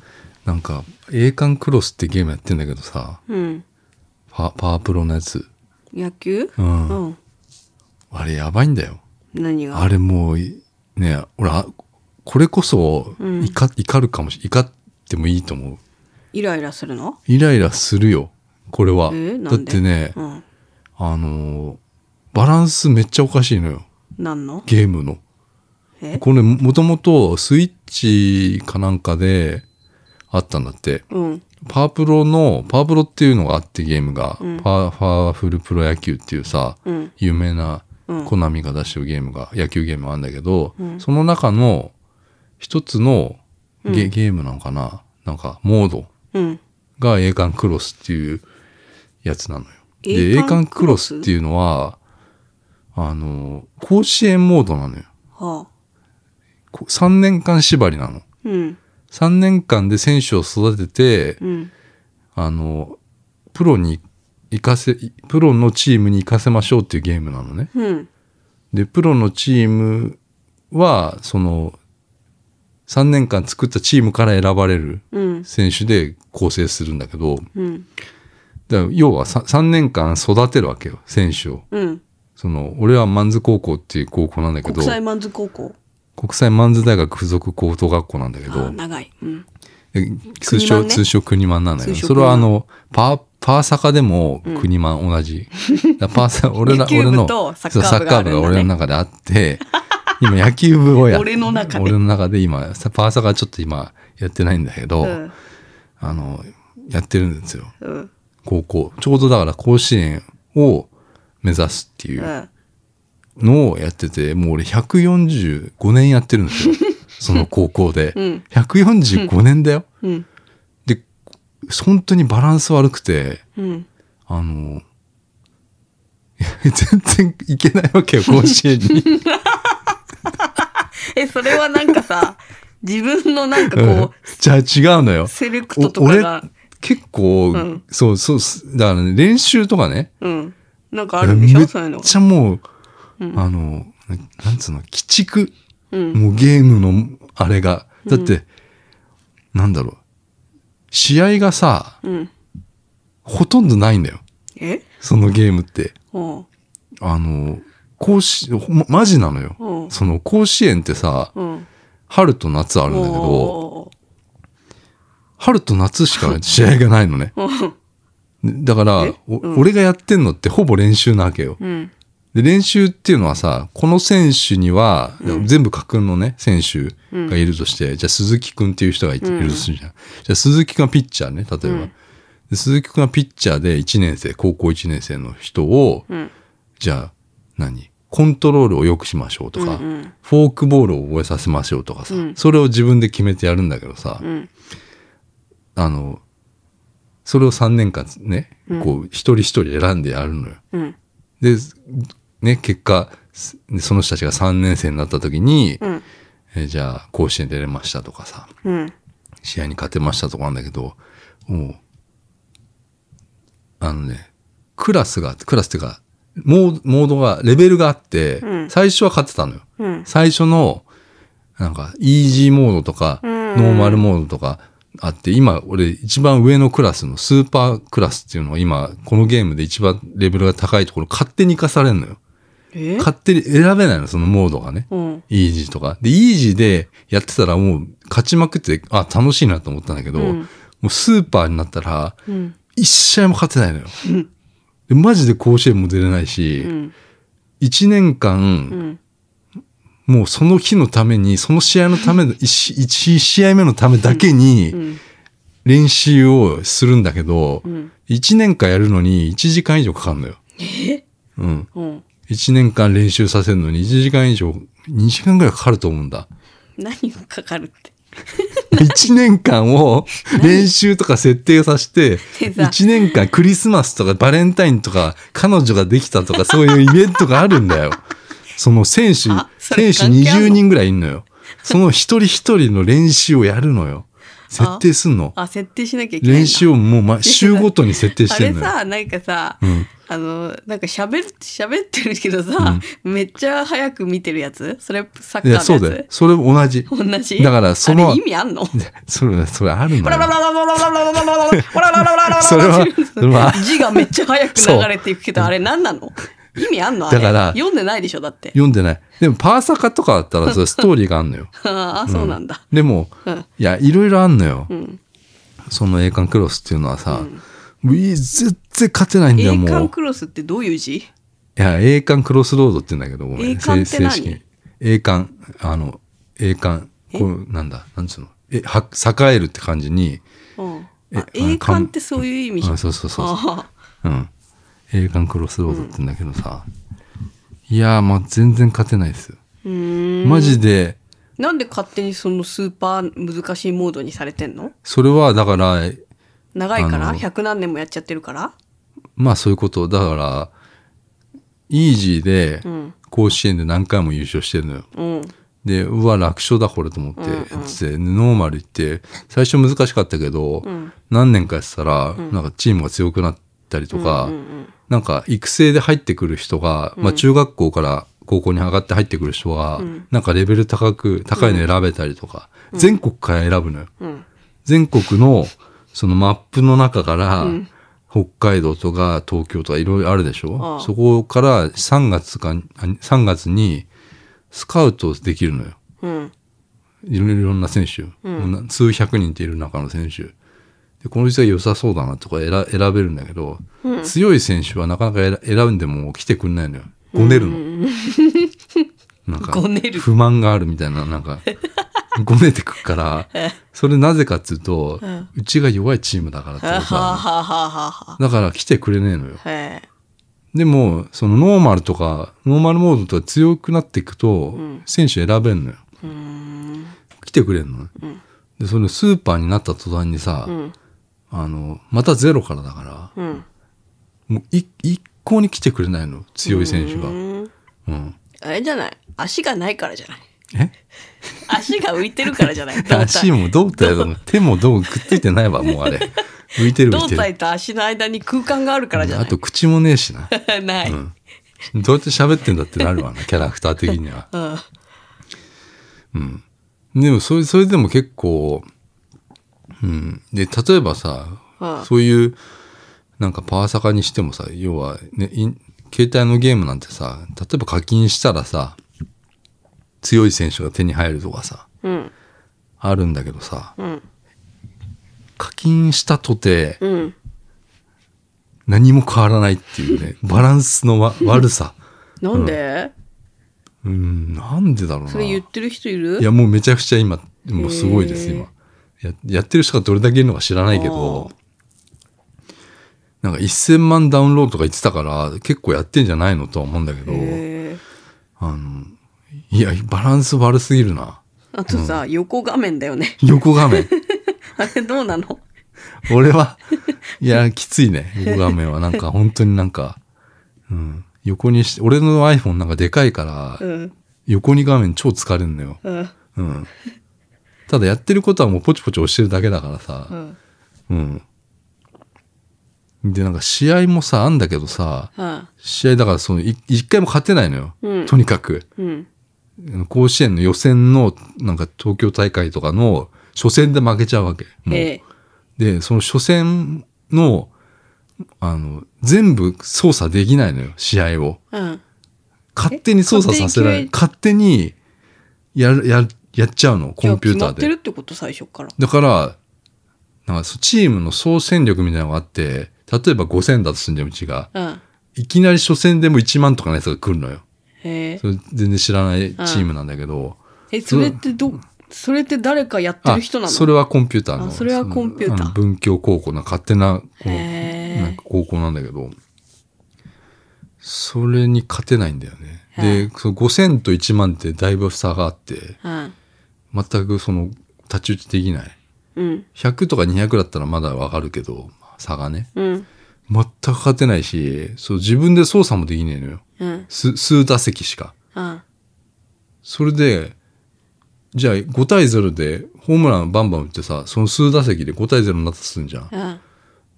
なんか、栄冠クロスってゲームやってんだけどさ、
うん
パパワープロのやつ。
野球
うん
うん、
あれやばいんだよ。
何が
あれもう、ね、俺、あこれこそ、怒怒るかもし、怒ってもいいと思う。
イライラするの
イライラするよ、これは。
えー、
だ
な
っ
んで
てね、
うん、
あのー、バランスめっちゃおかしいのよ、
なんの
ゲームの。
え
これ、もともとスイッチかなんかであったんだって。
うん
パワープロの、パワープロっていうのがあってゲームが、パワパワフルプロ野球っていうさ、
うん
有名な
うん
コナミが出してるゲームが、野球ゲームがあるんだけど、その中の一つのゲ,、ゲームなのかななんか、モード
うん
が栄冠クロスっていうやつなのよ。で、
栄
栄冠
冠
ク
ク
ロ
ロ
ス
ス
っていうのは、あの、甲子園モードなのよ。
はあ
3年間縛りなの。
うん
3年間で選手を育てて、
うん
あの、プロに行かせ、プロのチームに行かせましょうっていうゲームなのね。
うん
で、プロのチームは、その、3年間作ったチームから選ばれる
うん
選手で構成するんだけど、
うん
だから要は 3, 年間育てるわけよ、選手を。
うん
その、俺はマンズ高校っていう高校なんだけ
国
ど、国
際
際
マンズ高校
マンズ大学附属高等学校なんだけ
あ
ど
あ、長いうん
で通称、
国満ね
通称国マンなんだけど、
通称
それはあの、パー、パーサカでも国マン
<laughs>
同じ。だからパーサ、俺ら、
野球
俺
部
の、
と
そう
サッカー部があるんだね
サッ俺の中であって、 <laughs> 今野球部をや
俺の中で
俺の中で今、さパーサカちょっと今やってないんだけど、
うん
あの、やってるんですよ。
うん
高校。ちょうどだから甲子園を目指すっていううんのをやってて、もう俺145年やってるんで
<laughs>
すよ。その高校で。
ん
145年だよ。
うん
で、本当にバランス悪くて、
うん
あの、 <laughs> いや全然いけないわけよ、甲子
<laughs>
園に。
えそれはなんか
<laughs>
さ自分のなんか
う
こ
んじゃあ違うのよ
う。セレクト
お
とか
俺
が、
結構、
ん
そうそうす、だからね、練習とかね、
うんなんかあるんでし
め
ょ
っ
そういうの
ちゃもう、あの、なんつうの、鬼畜。
うん
もうゲームの、あれが。だって、なんだろう。試合がさ、
うん
ほとんどないんだよ。
え
そのゲームって。
うん
あの、甲子、ほんま、マジなのよ。
うん
その甲子園ってさ、
うん
春と夏あるんだけど、
お
春と夏しか試合がないのね。
ーおーおー
だから、
え
お俺がやってんのってほぼ練習なわけよ。
うん
で、練習っていうのはさ、この選手には、全部架空のね、選手がいるとして、じゃあ鈴木くんっていう人がい,、るとするじゃん。じゃあ鈴木くんはピッチャーね、例えば。で鈴木くんはピッチャーで1年生、高校1年生の人を、
ん
じゃあ、何コントロールを良くしましょうとか、
うんうん
フォークボールを覚えさせましょうとかさ、それを自分で決めてやるんだけどさ、
ん
あの、それを3年間ね、こう、一人一人選んでやるのよ。
うん
で、ね、結果、すその人たちが3年生になった時に、
ん
えーじゃあ、甲子園出れましたとかさ、
うん
試合に勝てましたとかなんだけど、もう、あのね、クラスが、クラスっていうか、モードモードが、レベルがあって、
うん
最初は勝ってたのよ。
うん
最初の、なんか、イージーモードとか、
ん
ノーマルモードとかあって、今、俺、一番上のクラスのスーパークラスっていうのは今、このゲームで一番レベルが高いところ、勝手に生かされるのよ。
え
勝手に選べないの、そのモードがね。
うん
イージーとか。で、イージーでやってたらもう勝ちまくって、あ、楽しいなと思ったんだけど、
うん
もうスーパーになったら、
うん
一試合も勝てないのよ。で、マジで甲子園も出れないし
う、ん
一年間、
うん
もうその日のために、その試合のための、一一試合目のためだけに、
ん
練習をするんだけど、1年間やるのに1時間以上かかるのよ。うん。
うん。
1年間練習させるのに1時間以上、2時間ぐらいかかると思うんだ。
何がかかるって。
1年間を練習とか設定させて、
でさ
1年間クリスマスとかバレンタインとか彼女ができたとかそういうイベントがあるんだよ。その選手
あ、そ
選
れ
手
関係あんの
20人ぐらいいんのよ。その一人一人の練習をやるのよ。設定すんの。
あ、設定しなきゃいけないな。
練習をもうま週ごとに設定し
あ
て
れ
んのよ。
さ、なんかさ、
ん
あの、なんか喋る、喋ってるけどさ、めっちゃ早く見てるやつそれ、サッカ
い
ーの
や、
やつ
そうだよ。それ同じ。
同じ
だからその
あれ意味あんの
それ、それあるん
ブ
だ
ラブラ
よ
ブ。ラブラブラブラブラブラブラブラブラブラブラ
それはそれは
字がめっちゃ早く流れていくけど、あれ何なの意味あんのあれ
だから
読んでないでしょだって。
読んでない。でも、パーサカとかだ
<laughs>
ったら、それストーリーがあんのよ。
ああ、そうなんだ。
でも、
うん
いや、いろいろあんのよ。
ん
その栄冠クロスっていうのはさ、もういい絶対勝てないんだよ、
栄
もう。
冠クロスってどういう字
いや、栄冠クロスロードって言うんだけど、ごめ
栄
ん、
冠
正
って何
正式に。栄冠、あの、栄冠、こう、なんだ、なんつうの。え、は、栄えるって感じに、
うん
え
あ栄
かん
冠ってそういう意味じゃん。
あそうそうそうそう
あ
うん。栄冠クロスロードって言うんだけどさ、いやー、まあ、全然勝てないですよ。
ーうーん
マジで、
なんで勝手にそのスーパー難しいモードにされてんの
それは、だから、
長いか
あ
ら
の
百何年もやっちゃってるから
まあそういうこと。だから、イージーで
ん、
甲子園で何回も優勝してるのよ。
うん。
で、うわ、楽勝だこれと思って、つって、ノーマル行って、最初難しかったけど、何年かやってたら、なんかチームが強くなったりとか、なんか育成で入ってくる人が、まあ中学校から高校に上がって入ってくる人が、なんかレベル高く、高いの選べたりとか、全国から選ぶのよ。全国のそのマップの中から、北海道とか東京とかいろいろあるでしょ
ああ
そこから3月か、あ3月にスカウトできるのよ。
うん。
いろいろな選手、もうな数百人っている中の選手。で、この人は良さそうだなとか選選べるんだけど、強い選手はなかなか選選んでも来てくんないのよ。ごねるの。なんか
ごね
<laughs>
る
不満があるみたいな、なんか、ごねてく <laughs> から、それなぜかっていうと、うちが弱いチームだからってこ
はあ
とな
は
の
あ
<laughs>
はあはあは
だから来てくれねえのよ。
あ。へえ。
でも、そのノーマルとか、ノーマルモードとか強くなっていくと、選手選べんのよ。来てくれんのね。で、そのスーパーになった途端にさ、あの、またゼロからだから、
ん
もうい一向に来てくれないの、強い選手が。うん。
あれじゃない足がないからじゃない
え
足が浮いてるからじ
<laughs>
ゃない胴体
足も胴体も手も胴もくっついてないわ、もうあれ。浮いてる浮
胴
いてる。
体と足の間に空間があるからじゃ
あ
ない
と口もねえしな。
ない、
どうやって喋ってんだってなるわな、キャラクター的には。
ん
うん。でも、それ、それでも結構、うん。で、例えばさ、
うん
そういう、なんかパワサカにしてもさ、要は、ね、イン携帯のゲームなんてさ、例えば課金したらさ、強い選手が手に入るとかさ、
うん
あるんだけどさ、
ん
課金したとて、
うん
何も変わらないっていうね、バランスのわ悪さ。
なんで、
うん、なんでだろうな。
それ言ってる人いる
いや、もうめちゃくちゃ今、もうすごいです、
へー
今。ややってる人がどれだけいるのか知らないけど、なんか1000万ダウンロードとか言ってたから、結構やってんじゃないのとは思うんだけど、
へえ
あの、いや、バランス悪すぎるな。
あとさ、横画面だよね
横
<laughs>
画面。
あれどうなの
俺は、いや、きついね。横画面は。なんか、本当になんか、うん。横にして、俺の iPhone なんかでかいから、
うん
横に画面超疲れるのよ。
うん
うん。ただやってることはもうポチポチ押してるだけだからさ、
うん
うん。で、なんか試合もさ、あんだけどさ、
は
試合だからその、い一回も勝てないのよ。
うん
とにかく。
いうん
甲子園の予選の、なんか東京大会とかの初戦で負けちゃうわけ。もう
ええ
で、その初戦の、あの、全部操作できないのよ、試合を。
うん
勝手に操作させられる。勝手に、やる、やる、やっちゃうの、コンピュー
じゃあ決ま
ター
って
で
る。ってこと最初から
だから、なんかそうチームの総戦力みたいなのがあって、例えば5000だとすんじゃん、うちが。
うん
いきなり初戦でも1万とかのやつが来るのよ。
へえ
それ全然知らないチームなんだけど、
えそれってどそれって誰かやってる人なの
それはコンピューターの。
あそれはコンピューター
そのあの文教高校の勝手な、こう
へー
なんか高校なんだけど、それに勝てないんだよね。で、その5000と1万ってだいぶ差があって、
はい
全くその、太刀打ちできない。
うん
100とか200だったらまだわかるけど、差がね。
うん
全く勝てないし、そう、自分で操作もできねえのよ。
うん
す数打席しか。
うん
それで、じゃあ5対0でホームランバンバン打ってさ、その数打席で5対0になったとするんじゃん。
うん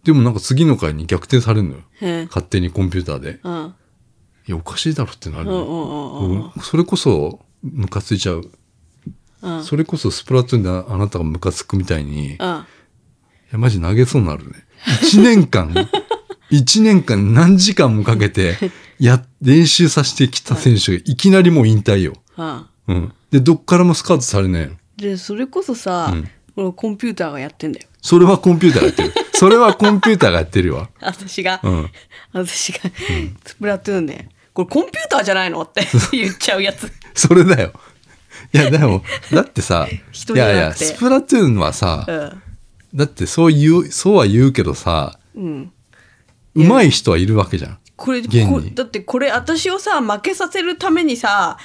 でもなんか次の回に逆転されるのよ。
うん
勝手にコンピューターで。
うん
いや、おかしいだろってな
う
る
んう
の。
んうん
うんそれこそ、ムカついちゃう。
うん
それこそスプラトゥーンでああなたがムカつくみたいに、い
うん
や、マジ投げそうになるね。1年間、1年間何時間もかけて、や、練習させてきた選手がいきなりもう引退よ。
うん
うん。で、どっからもスカウトされないの。
でそれこそさ、
うん
このコンピューターがやってんだよ
それはコンピューターがやってる。それはコンピューターがやってるわ。
私が、
うん。
私が、スプラトゥーンでこれコンピューターじゃないのって言っちゃうやつ
それだよ。いや、でも、だってさ、
人
い
じゃなくて
やいや、スプラトゥーンはさ
う、ん
だってそう言う、そうは言うけどさ、
うん
上手い人はいるわけじゃん。
これ
現に
こだってこれ私をさ負けさせるためにさ、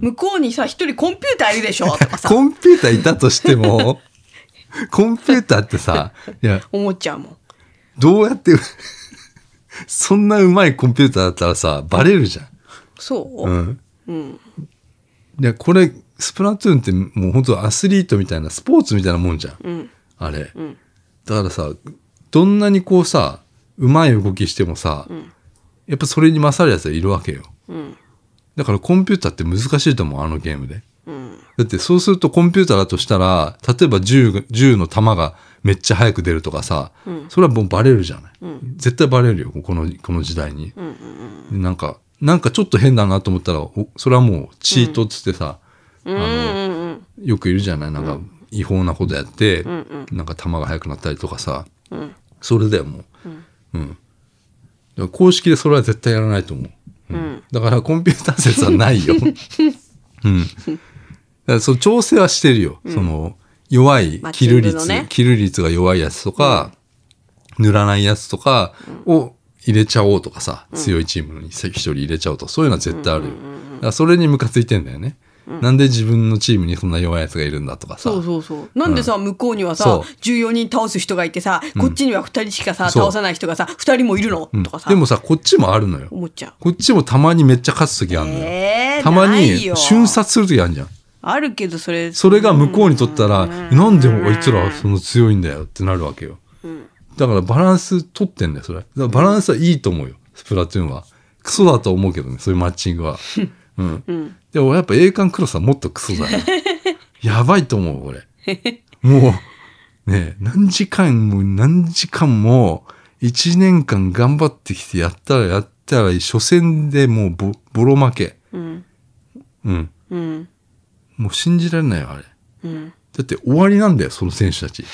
向こうにさ一人コンピューターいるでし
<laughs>
ょとかさ
コンピューターいたとし
<laughs>
ても、コンピューターってさ、いや、
思っちゃうもん
どうやって、 <laughs> そんな上手いコンピューターだったらさ、バレるじゃん。
そう、
うん。いや、これ、スプラトゥーンってもう本当アスリートみたいな、スポーツみたいなもんじゃん。あれ、だからさ、どんなにこうさ、うまい動きしてもさ、やっぱそれに勝るやつはいるわけよ。だからコンピューターって難しいと思う、あのゲームで。だってそうするとコンピューターだとしたら、例えば銃が銃の弾がめっちゃ早く出るとかさ、それはもうバレるじゃない。絶対バレるよ、この、この時代に。でなんか、なんかちょっと変だなと思ったら、おそれはもうチートっつってさ、あの、よくいるじゃないなんか、違法なことやって、なんか球が速くなったりとかさ、それだよ、もう。うん。だから公式でそれは絶対やらないと思う。うんだからコンピューター説はないよ。うん。だからその調整はしてるよ。その、弱い
マッチ
キ
ン
ル
グの
率、
ね
キル率が弱いやつとか、塗らないやつとかを入れちゃおうとかさ、強いチームに一人入れちゃおうとかそういうのは絶対あるよ。だからそれにムカついてんだよね。なんで自分のチームにそんな弱いやつがいるんだとかさ。
そうそうそうなんでさ、向こうにはさ
そう
14人倒す人がいてさこっちには2人しかさ、
そう
倒さない人がさ2人もいるの、
うん
とかさ
でもさ、こっちもあるのよ。
思っちゃう
こっちもたまにめっちゃ勝つ時あるのよ。
えー
たま
な
に
いよ
瞬殺する時あるじゃん。
あるけどそれ
それが向こうにとったら、なんであいつらはその強いんだよってなるわけよ。だからバランス取ってんだよ、それ。だからバランスはいいと思うよ、スプラトゥーンは。クソだと思うけどね、そういうマッチング <laughs> は。うん。でもやっぱ栄冠クロスはもっとクソだよ。やばいと思う、これ。もう、ねえ何時間も何時間も、一年間頑張ってきてやったらやったら、初戦でもうボボロ負け。
うん
うん。
うん
もう信じられないよ、あれ。
うん
だって終わりなんだよ、その選手
<laughs>
たち。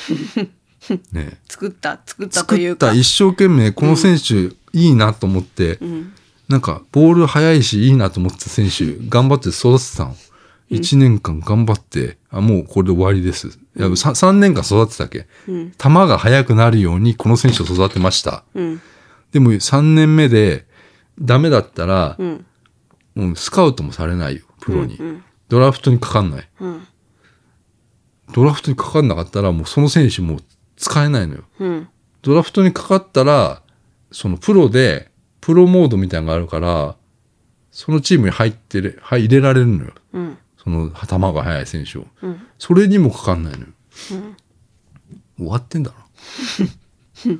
ねえ
作った作ったとい
作っ
うか
た一生懸命この選手いいなと思って、
ん
なんかボール速いしいいなと思ってた選手頑張って育てたの。1年間頑張って、あ、もうこれで終わりです。いや 3, 年間育てたっけ、球が速くなるようにこの選手を育てました。
うん
でも3年目でダメだったら、
ん
もうスカウトもされないよ、プロに。ドラフトにかかんない。
うん
ドラフトにかかんなかったらもうその選手もう使えないのよ。
うん
ドラフトにかかったら、そのプロで、プロモードみたいなのがあるから、そのチームに入ってれ、入れられるのよ。
うん
その、球が速い選手を。それにもかかんないのよ。終わってんだろ。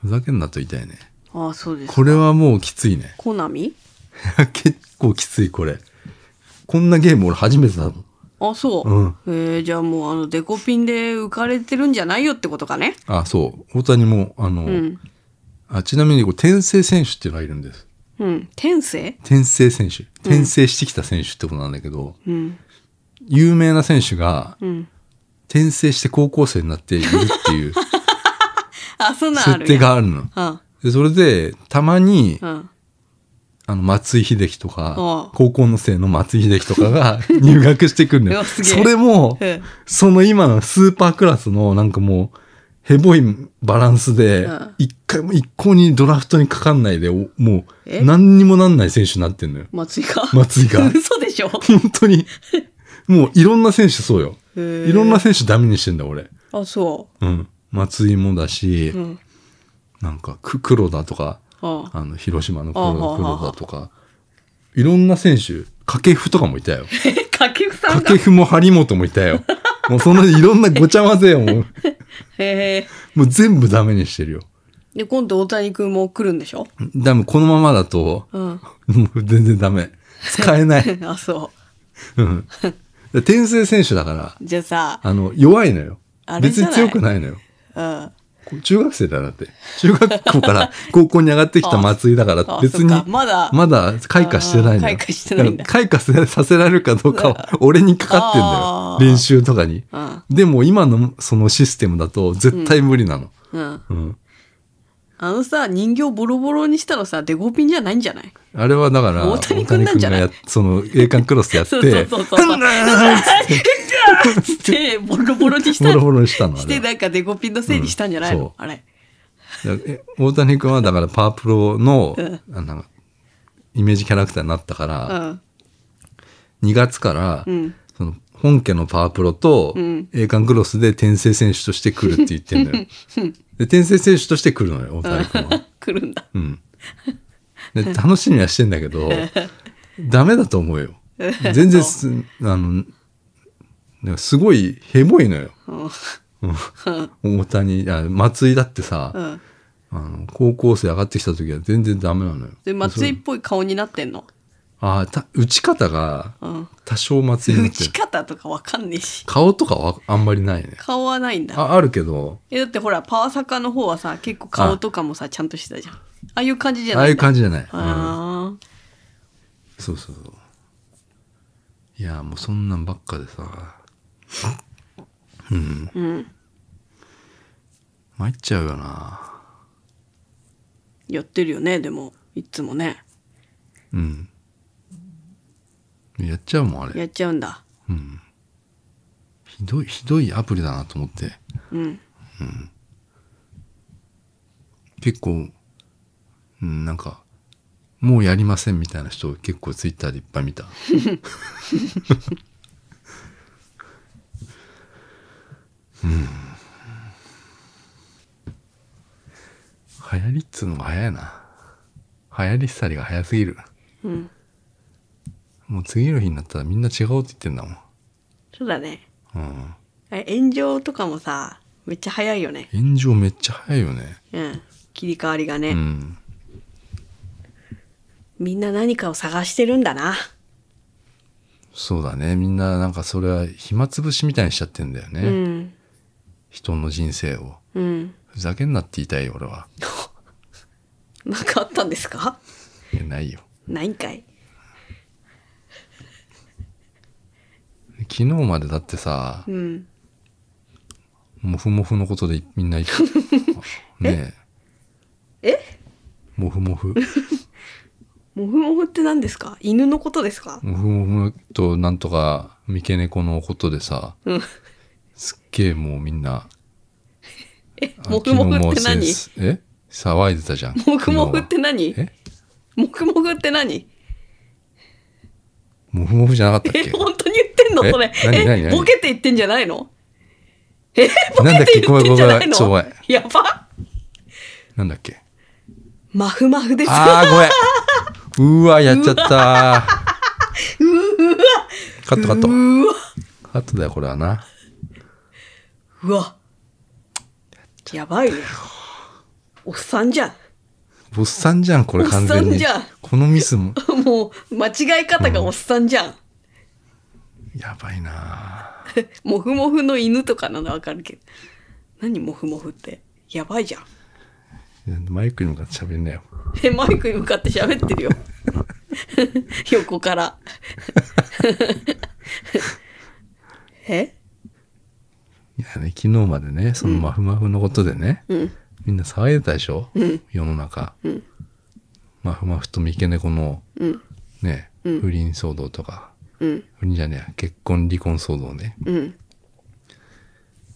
ふざけんなと言いたいね。
ああそうです
これはもうきついね。 <laughs>
コナミ
結構きつい、これ。こんなゲーム俺初めてだもん。
あそう、えーじゃあもうあのデコピンで浮かれてるんじゃないよってことかね
あ、そう。大谷も、あの、
うん
あちなみにこう、転生選手っていうのがいるんです。
うん天性
転生選手転生してきた選手ってことなんだけど、
うん
有名な選手が
うん
転生して高校生になっているって
<laughs>
いう
あそんなんある
設定があるの。
あ
でそれでたまに
うん
あの松井秀喜とか
ああ
高校の生の松井秀喜とかが <laughs> 入学してくるの
う
よ。
わすげえ
それも
うん
その今のスーパークラスのなんかもうヘボいバランスで
うん
一回も一向にドラフトにかかんないでおも
え
う何にもなんない選手になってんのよ。
松井が。
松井が
<laughs> 嘘でしょ
本
<laughs>
当にもういろんな選手そうよ。
へー
いろんな選手ダメにしてんだ俺。
あ、そ
うん。松井もだし、
う。うん。
なんかく黒田とか。
ああ
あの、広島の
ああ
黒
あ
田
あ
黒田とか、いろんな選手、掛布とかもいたよ。
え、掛布さんが。
掛布も張本もいた
<laughs>
よ。もうそのいろんなごちゃ混ぜよ、もう。
へえ。
もう全部ダメにしてるよ。
で、今度大谷君も来るんでしょ
ダメ、このままだと、
うん。
もう全然ダメ。使
<laughs>
えない。
あ、そ
うん。転生選手だから、
う。じゃあさ、
あの、弱いのよ
あ。れ
別
じゃな
に
い
強くないのよ。
うん。
こう中学生だよだって。中学校から高校に上がってきた松井だから
あ、あ
別に
そっか、まだ
まだ開花してないんだよ。
あー開花してないんだ
から開花させられるかどうかは俺にかかってん
あ
だ
ー
よ。練習とかに。
うん。
でも今のそのシステムだと絶対無理なの。
うん。
うん。
あのさ、人形ボロボロにしたのさ、デコピンじゃないんじゃない
あれはだから、
大谷君なんじゃない
大谷君がやその、栄冠クロスや
<laughs>
っ
そうそ
て
う、そうそう。つって、ボロボロにした。
ボロボロにしたのあれは
して、なんかデコピンのせいにしたんじゃないの、
うんそう
あれ。
え大谷君はだからパワープロの、
うん
あなんかイメージキャラクターになったから、
うん。
2月から、
うん <laughs>
その本家のパワープロと、
ん
栄冠クロスで転生選手として来るって言ってん
<laughs>
のよ。で転生選手として来るのよ大谷君は。
来るんだ。
うん、で楽しみはしてんだけどダメだと思うよ。全然すあのなんかすごいヘボいのよ。うん大谷あ松井だってさ、
うん。
あの高校生上がってきた時は全然ダメなのよ。
で、松井っ
そう
ぽい顔になってんの。
あーた打ち方が
うん。
多少松井にな
打
って
ち
る。
方とかわかんねえし。
顔とかはあんまりないね。
顔はないんだ。
ああるけど、
え、だってほら、パワサカの方はさ、結構顔とかもさ、ちゃんとしてたじゃん。ああいう感じじゃ
あ
ない
あいう感
じ。
じじゃない。うん
ああ。
そうそうそう。いや、もうそんなんばっかでさ。うん。
うん。
参っちゃうよな。
やってるよね、でも。いつもね。
うん。やっちゃうもん、あれ。
やっちゃうんだ。
うん。ひどい、ひどいアプリだなと思って。
うん。
結構、うん、なんか、もうやりませんみたいな人結構ツイッターでいっぱい見た。うん、流行りっつうのが早いな。流行りっさりが早すぎる。
うん。
もう次の日になったらみんな違うって言ってんだもん。
そうだね。
うん、
あれ炎上とかもさ、めっちゃ早いよね。
炎上めっちゃ早いよね。
うん。切り替わりがね。
うん。
みんな何かを探してるんだな。
そうだね。みんななんかそれは暇つぶしみたいにしちゃってんだよね。
うん。
人の人生を。
うん。
ふざけんなって言いたいよ、俺は。
なんかあったんですか
いやないよ。
ないんかい。
昨日までだってさ、
うん。
もふもふのことでみんない
<laughs>
ね
ええ
もふもふ。
もふもふって何ですか犬のことですか
もふもふとなんとか、三毛猫のことでさ、
うん。
すっげえもうみんな、
え、
あ
もふもふって
昨日も
何
せえ騒いでたじゃん。
もふもふって
昨
何
日はえ
もふもふって何
もふもふじゃなかったっ
え、
け
本当に言ってんの
え
それ。
何何
え、
何
ボケて言ってんじゃないのえ、ボ
なんだ
ケ
っ
て
け
言ってんじゃない
ごめんごめんそうご
の
めん
やば
なんだっけ
マフマフです。
あー、ごめん。うーわ、やっちゃったー。うわ。
<laughs>
カットカッ
う
ト。
ーわ。
カットだよ、これはな。
うわ。やばいね。おっさんじゃん。
おっさんじゃん、これ完全に。
おっさんじゃん
このミスも、
もう、間違え方がおっさんじゃん。
やばいな
もふもふの犬とかならわかるけど。何もふもふって。やばいじゃん。
ぁマイクに向かって喋んなよ。
え、マイクに向かって喋ってるよ。 <laughs> 横から。 <laughs> え
いやね、昨日までね、そのマフマフのことでね、
うん。
みんな騒いでたでしょ、世の中。まふまふと三毛猫の、ね、不倫騒動とか、不倫じゃねえや結婚離婚騒動ね、
うん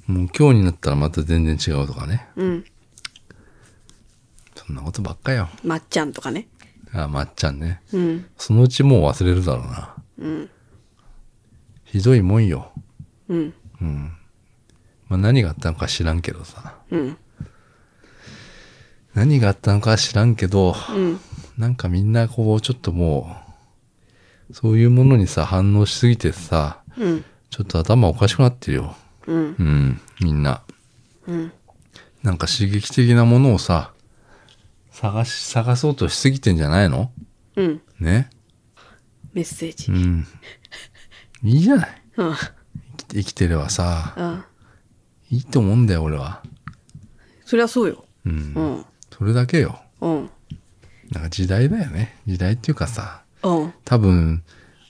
もう今日になったらまた全然違うとかね
うん
そんなことばっかよ
まっちゃんとかね
あまっちゃんね
うん
そのうちもう忘れるだろうなひどいもんよ
うん
まあ、何があったのか知らんけどさ
うん
何があったのか知らんけど、
ん
なんかみんなこうちょっともうそういうものにさ反応しすぎてさ
うん
ちょっと頭おかしくなってるよ
うん
うんみんな
うん
なんか刺激的なものをさ探し探そうとしすぎてんじゃないの
うん
ね
メッセージ
うんいいじゃない
うん
生きて生きてればさ
うん
いいと思うんだよ俺は
そりゃそうよ
うん、
うん
それだけよ
うん
なんか時代だよね時代っていうかさ
うん
多分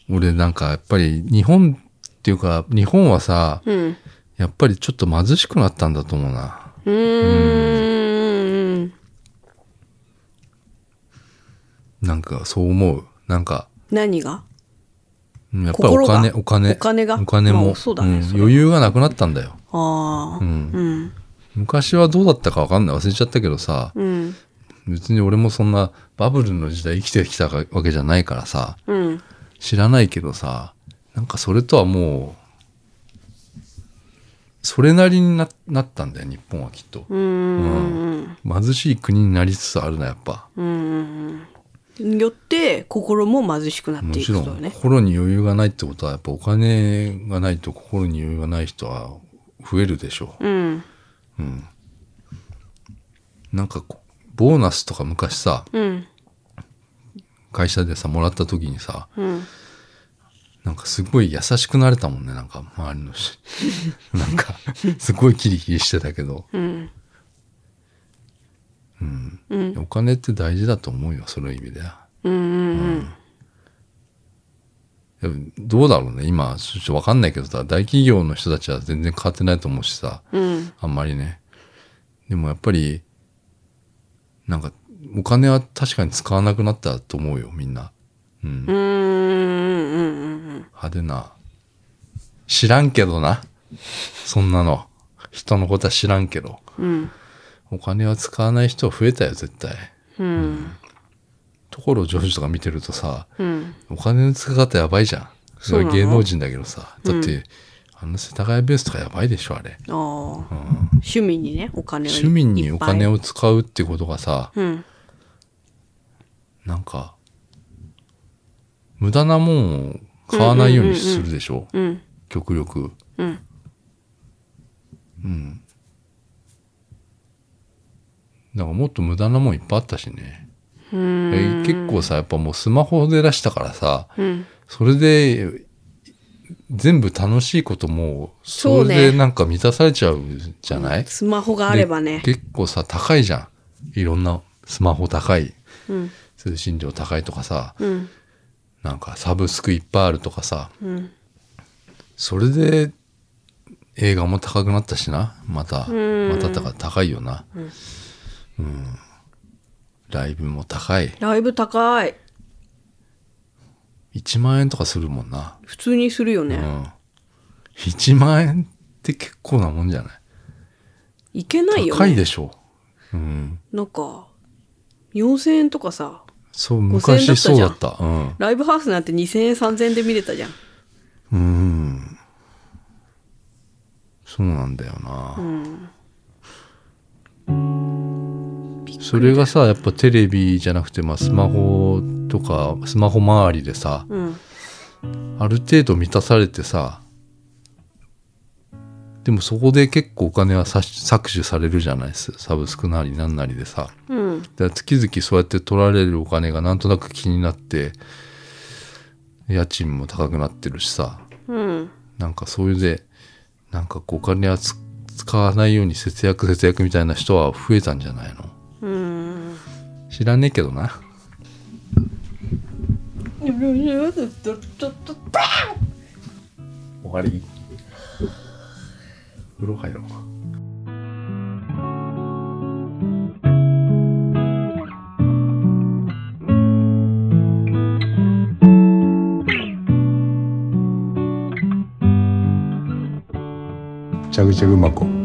俺なんかやっぱり日本っていうか日本はさ
うん
やっぱりちょっと貧しくなったんだと思うな
うーん
なんかそう思うなんか
何が
うんやっぱりお金
心が
お金
お金が
お金
ま
も、
あそうだね
ん
それは
余裕がなくなったんだよ、
ああ
うん
うん
昔はどうだったかわかんない忘れちゃったけどさ
うん
別に俺もそんなバブルの時代生きてきたわけじゃないからさ
うん
知らないけどさなんかそれとはもうそれなりにななったんだよ日本はきっと、
うーん
貧しい国になりつつあるなやっぱ
うんうんよって心も貧しくなっ
も
てい
ち
く
ろ
ことよ
ん
ね
心に余裕がないってことはやっぱお金がないと心に余裕がない人は増えるでしょ
うん
うなんかこうボーナスとか昔さ
うん
会社でさもらった時にさ
うん
なんかすごい優しくなれたもんねなんか周り
<laughs>
のしなんかすごいキリキリしてたけど、
うん
お金って大事だと思うよその意味では
うんうん
でもどうだろうね今ちょっとわかんないけどさ大企業の人たちは全然変わってないと思うしさ
うん
あんまりね。でもやっぱり、なんか、お金は確かに使わなくなったと思うよ、みんな。うん。
うんうんうんうん
派手な。知らんけどな。そんなの。人のことは知らんけど。
うん
お金は使わない人増えたよ、絶対。
うん
ところジョージとか見てるとさ、
うん
お金の使い方やばいじゃん。それ
そ
は
うな
芸
の
能人だけどさ。だって、あの世田谷ベースとかやばいでしょ、あれ。
ああ趣味にねお金をいっぱ
趣
い
味にお金を使うってことがさ、
うん
なんか、無駄なもんを買わないようにするでしょ、
うん
極力。
うん
うん。なんかもっと無駄なもんいっぱいあったしね。
うーん
え結構さ、やっぱもうスマホで出したからさ、
うん
それで、全部楽しいことも、
そ
そう
ね
れでなんか満たされちゃうじゃない、
スマホがあればね
で結構さ、高いじゃん。いろんなスマホ高い、
うん
通信料高いとかさ、
うん
なんかサブスクいっぱいあるとかさ、
うん
それで映画も高くなったしなまたまた高高いよなうん、ライブも高い
ライブ高い
1万円とかするもんな、
普通にするよ
う
ね
ん、1万円って結構なもんじゃない
いけないよね
高いでしょうん
なんか4000円とかさ
そう
5000円だ
昔
った
そう
じゃ
だ
ん
った
ライブハウスなんて2000円3000円で見れたじゃん
うんうんそうなんだよな、それがさやっぱテレビじゃなくて、まあ、スマホとかスマホ周りでさ
うん
ある程度満たされてさでもそこで結構お金はさし搾取されるじゃないですサブスクなりなんなりでさ
うん
だから月々そうやって取られるお金がなんとなく気になって家賃も高くなってるしさ
うん
なんかそれでなんかこうお金はつ使わないように節約節約みたいな人は増えたんじゃないの
うん
知らねえけどな終わり風呂入ろう
「
ちゃぐちゃぐまこ。